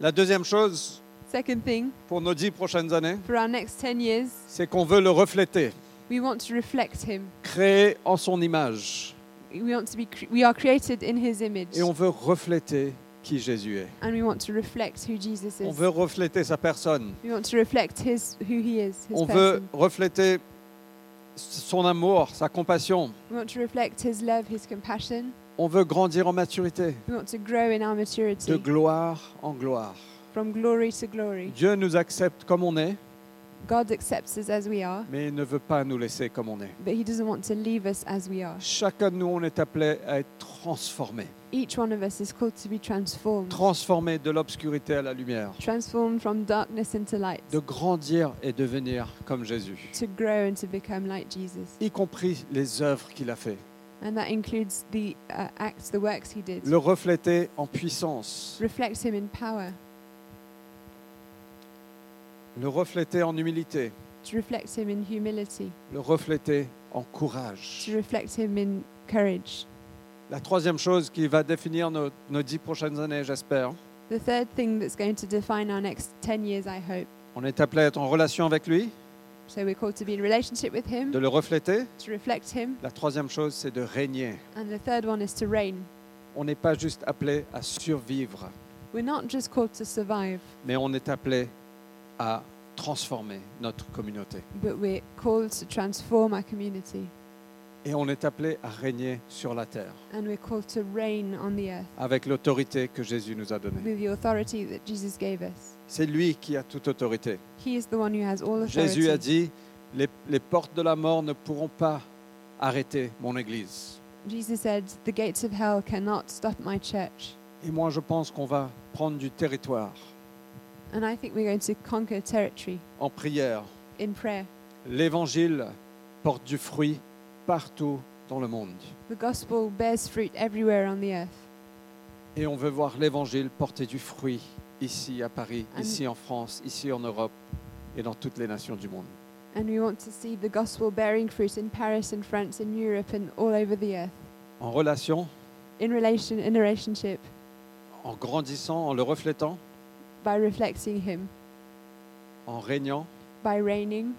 Speaker 1: La deuxième chose
Speaker 2: Second thing,
Speaker 1: pour nos dix prochaines années,
Speaker 2: for our next 10 years,
Speaker 1: c'est qu'on veut le refléter,
Speaker 2: we want to reflect him.
Speaker 1: créer en son image
Speaker 2: We want to be cre- we are created in his image
Speaker 1: et on veut refléter qui Jésus est.
Speaker 2: and we want to reflect who Jesus
Speaker 1: On
Speaker 2: is.
Speaker 1: veut refléter sa personne.
Speaker 2: We want to reflect his who he is, his
Speaker 1: On veut
Speaker 2: person.
Speaker 1: refléter son amour, sa compassion.
Speaker 2: We want to reflect his love, his compassion.
Speaker 1: On veut grandir en maturité,
Speaker 2: We want to grow in our
Speaker 1: de
Speaker 2: maturity
Speaker 1: gloire en gloire.
Speaker 2: from glory to glory.
Speaker 1: Dieu nous accepte comme on est,
Speaker 2: God accepts us as we are,
Speaker 1: mais il ne veut pas nous laisser comme on est.
Speaker 2: but he doesn't want to leave us as we are.
Speaker 1: Chacun de nous, on est appelé à être transformé,
Speaker 2: Each one of us is called to be transformed.
Speaker 1: transformé de l'obscurité à la lumière,
Speaker 2: Transformed from darkness into light,
Speaker 1: de grandir et devenir comme Jésus,
Speaker 2: to grow and to become like Jesus.
Speaker 1: y compris les œuvres qu'il a fait,
Speaker 2: And that includes the uh, acts, the works he did.
Speaker 1: le refléter en puissance,
Speaker 2: Reflect him in power,
Speaker 1: le refléter en humilité,
Speaker 2: to reflect him in humility,
Speaker 1: le refléter en courage.
Speaker 2: to reflect him in courage.
Speaker 1: La troisième chose qui va définir nos, nos dix prochaines années, j'espère,
Speaker 2: The third thing that's going to define our next 10 years, I hope.
Speaker 1: on est appelé à être en relation avec lui,
Speaker 2: So we're called to be in relationship with him,
Speaker 1: de le refléter.
Speaker 2: to reflect him,
Speaker 1: La troisième chose, c'est de régner.
Speaker 2: and the third one is to reign.
Speaker 1: On n'est pas juste appelé à survivre,
Speaker 2: We're not just called to survive,
Speaker 1: mais on est appelé à transformer notre communauté.
Speaker 2: but we're called to transform our community,
Speaker 1: Et on est appelé à régner sur la terre
Speaker 2: and we're called to reign on the earth.
Speaker 1: avec l'autorité que Jésus nous a donnée.
Speaker 2: with the authority that Jesus gave us.
Speaker 1: C'est lui qui a toute autorité.
Speaker 2: He is the one who has all authority.
Speaker 1: Jésus a dit, les, les portes de la mort ne pourront pas arrêter mon Église.
Speaker 2: Jesus said, The gates of hell cannot stop my church.
Speaker 1: Et moi, je pense qu'on va prendre du territoire
Speaker 2: And I think we're going to conquer territory
Speaker 1: en prière.
Speaker 2: in prayer.
Speaker 1: L'Évangile porte du fruit partout dans le monde.
Speaker 2: The gospel bears fruit everywhere on the earth.
Speaker 1: Et on veut voir l'Évangile porter du fruit ici à Paris,
Speaker 2: Amen.
Speaker 1: ici en France, ici en Europe et dans toutes les nations du monde.
Speaker 2: And we want to see the gospel bearing fruit in Paris and France and Europe and all over the earth.
Speaker 1: En relation,
Speaker 2: In relation in a relationship
Speaker 1: en grandissant, en le reflétant,
Speaker 2: by reflecting him,
Speaker 1: en régnant,
Speaker 2: by reigning.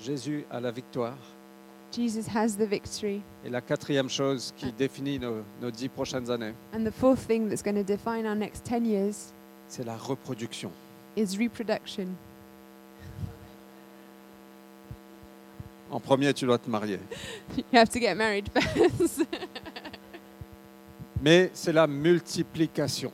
Speaker 1: Jésus a la victoire.
Speaker 2: Jesus has the victory.
Speaker 1: Et la quatrième chose qui définit nos, nos dix prochaines années,
Speaker 2: And the fourth thing that's going to define our next 10 years
Speaker 1: c'est la reproduction.
Speaker 2: is reproduction. [laughs]
Speaker 1: En premier, tu dois te marier.
Speaker 2: you have to get married [laughs] first.
Speaker 1: Mais c'est la multiplication.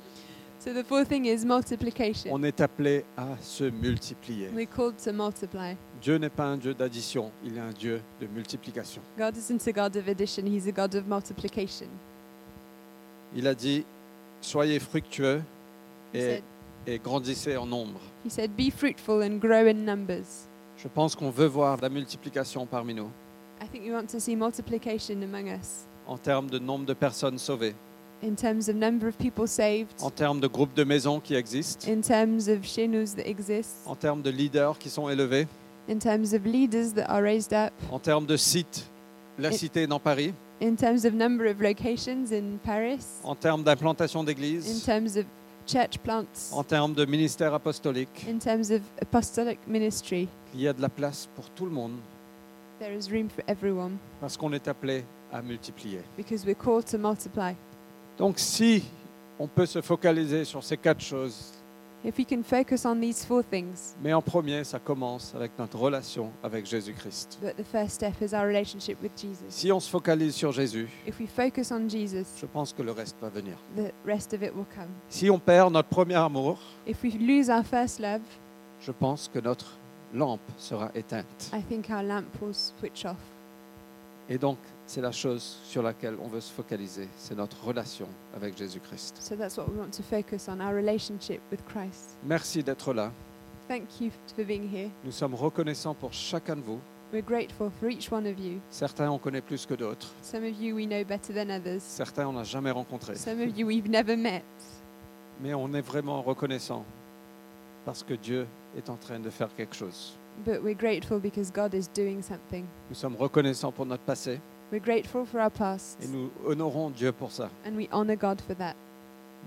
Speaker 2: So the fourth thing is multiplication.
Speaker 1: On est appelé à se multiplier.
Speaker 2: We're called to multiply.
Speaker 1: Dieu n'est pas un Dieu d'addition, il est un Dieu de multiplication.
Speaker 2: God isn't a God of addition, He's a God of multiplication.
Speaker 1: Il a dit, soyez fructueux et,
Speaker 2: said-
Speaker 1: et grandissez en nombre.
Speaker 2: He said, Be fruitful and grow in numbers.
Speaker 1: Je pense qu'on veut voir la multiplication parmi nous
Speaker 2: I think we want to see multiplication among us
Speaker 1: en termes de nombre de personnes sauvées,
Speaker 2: in terms of number of people saved,
Speaker 1: en termes de groupes de maisons qui existent,
Speaker 2: in terms of shenus that exist,
Speaker 1: en termes de leaders qui sont élevés,
Speaker 2: in terms of leaders that are raised up,
Speaker 1: en termes de sites, la
Speaker 2: Et-
Speaker 1: cité dans Paris,
Speaker 2: in terms of number of locations in Paris,
Speaker 1: en termes d'implantation
Speaker 2: in
Speaker 1: d'églises,
Speaker 2: terms of church plants,
Speaker 1: en termes de ministère apostolique.
Speaker 2: in terms of apostolic ministry.
Speaker 1: Il y a de la place pour tout le monde
Speaker 2: There is room for everyone
Speaker 1: parce qu'on est appelé à multiplier.
Speaker 2: because we're called to multiply.
Speaker 1: Donc si on peut se focaliser sur ces quatre choses,
Speaker 2: If we can focus on these four things,
Speaker 1: mais en premier, ça commence avec notre relation avec Jésus-Christ.
Speaker 2: but the first step is our relationship with Jesus.
Speaker 1: Si on se focalise sur Jésus,
Speaker 2: If we focus on Jesus,
Speaker 1: je pense que le reste va venir.
Speaker 2: the rest of it will come.
Speaker 1: Si on perd notre premier amour,
Speaker 2: If we lose our first love,
Speaker 1: je pense que notre lampe sera éteinte.
Speaker 2: I think our lamp will switch off.
Speaker 1: Et donc, c'est la chose sur laquelle on veut se focaliser, c'est notre relation avec Jésus-Christ.
Speaker 2: So that's what we want to focus on our relationship with Christ.
Speaker 1: Merci d'être là.
Speaker 2: Thank you for being here.
Speaker 1: Nous sommes reconnaissants pour chacun de vous.
Speaker 2: We're grateful for each one of you.
Speaker 1: Certains, on connaît plus que d'autres.
Speaker 2: Some of you we know better than others,
Speaker 1: Certains, on n'a jamais rencontré.
Speaker 2: some of you we've never met.
Speaker 1: Mais on est vraiment reconnaissant parce que Dieu est en train de faire quelque chose.
Speaker 2: But we're grateful because God is doing something.
Speaker 1: Nous sommes reconnaissants pour notre passé
Speaker 2: We're grateful for our past
Speaker 1: et nous honorons Dieu pour ça.
Speaker 2: and we honor God for that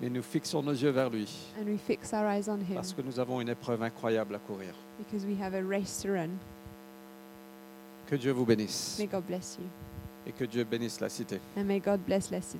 Speaker 1: Mais nous fixons nos yeux vers lui
Speaker 2: and we fix our eyes on Him
Speaker 1: parce que nous avons une épreuve incroyable à courir.
Speaker 2: because we have a race to run.
Speaker 1: Que Dieu vous bénisse
Speaker 2: May God bless you
Speaker 1: et que Dieu bénisse la cité.
Speaker 2: and may God bless La Cité.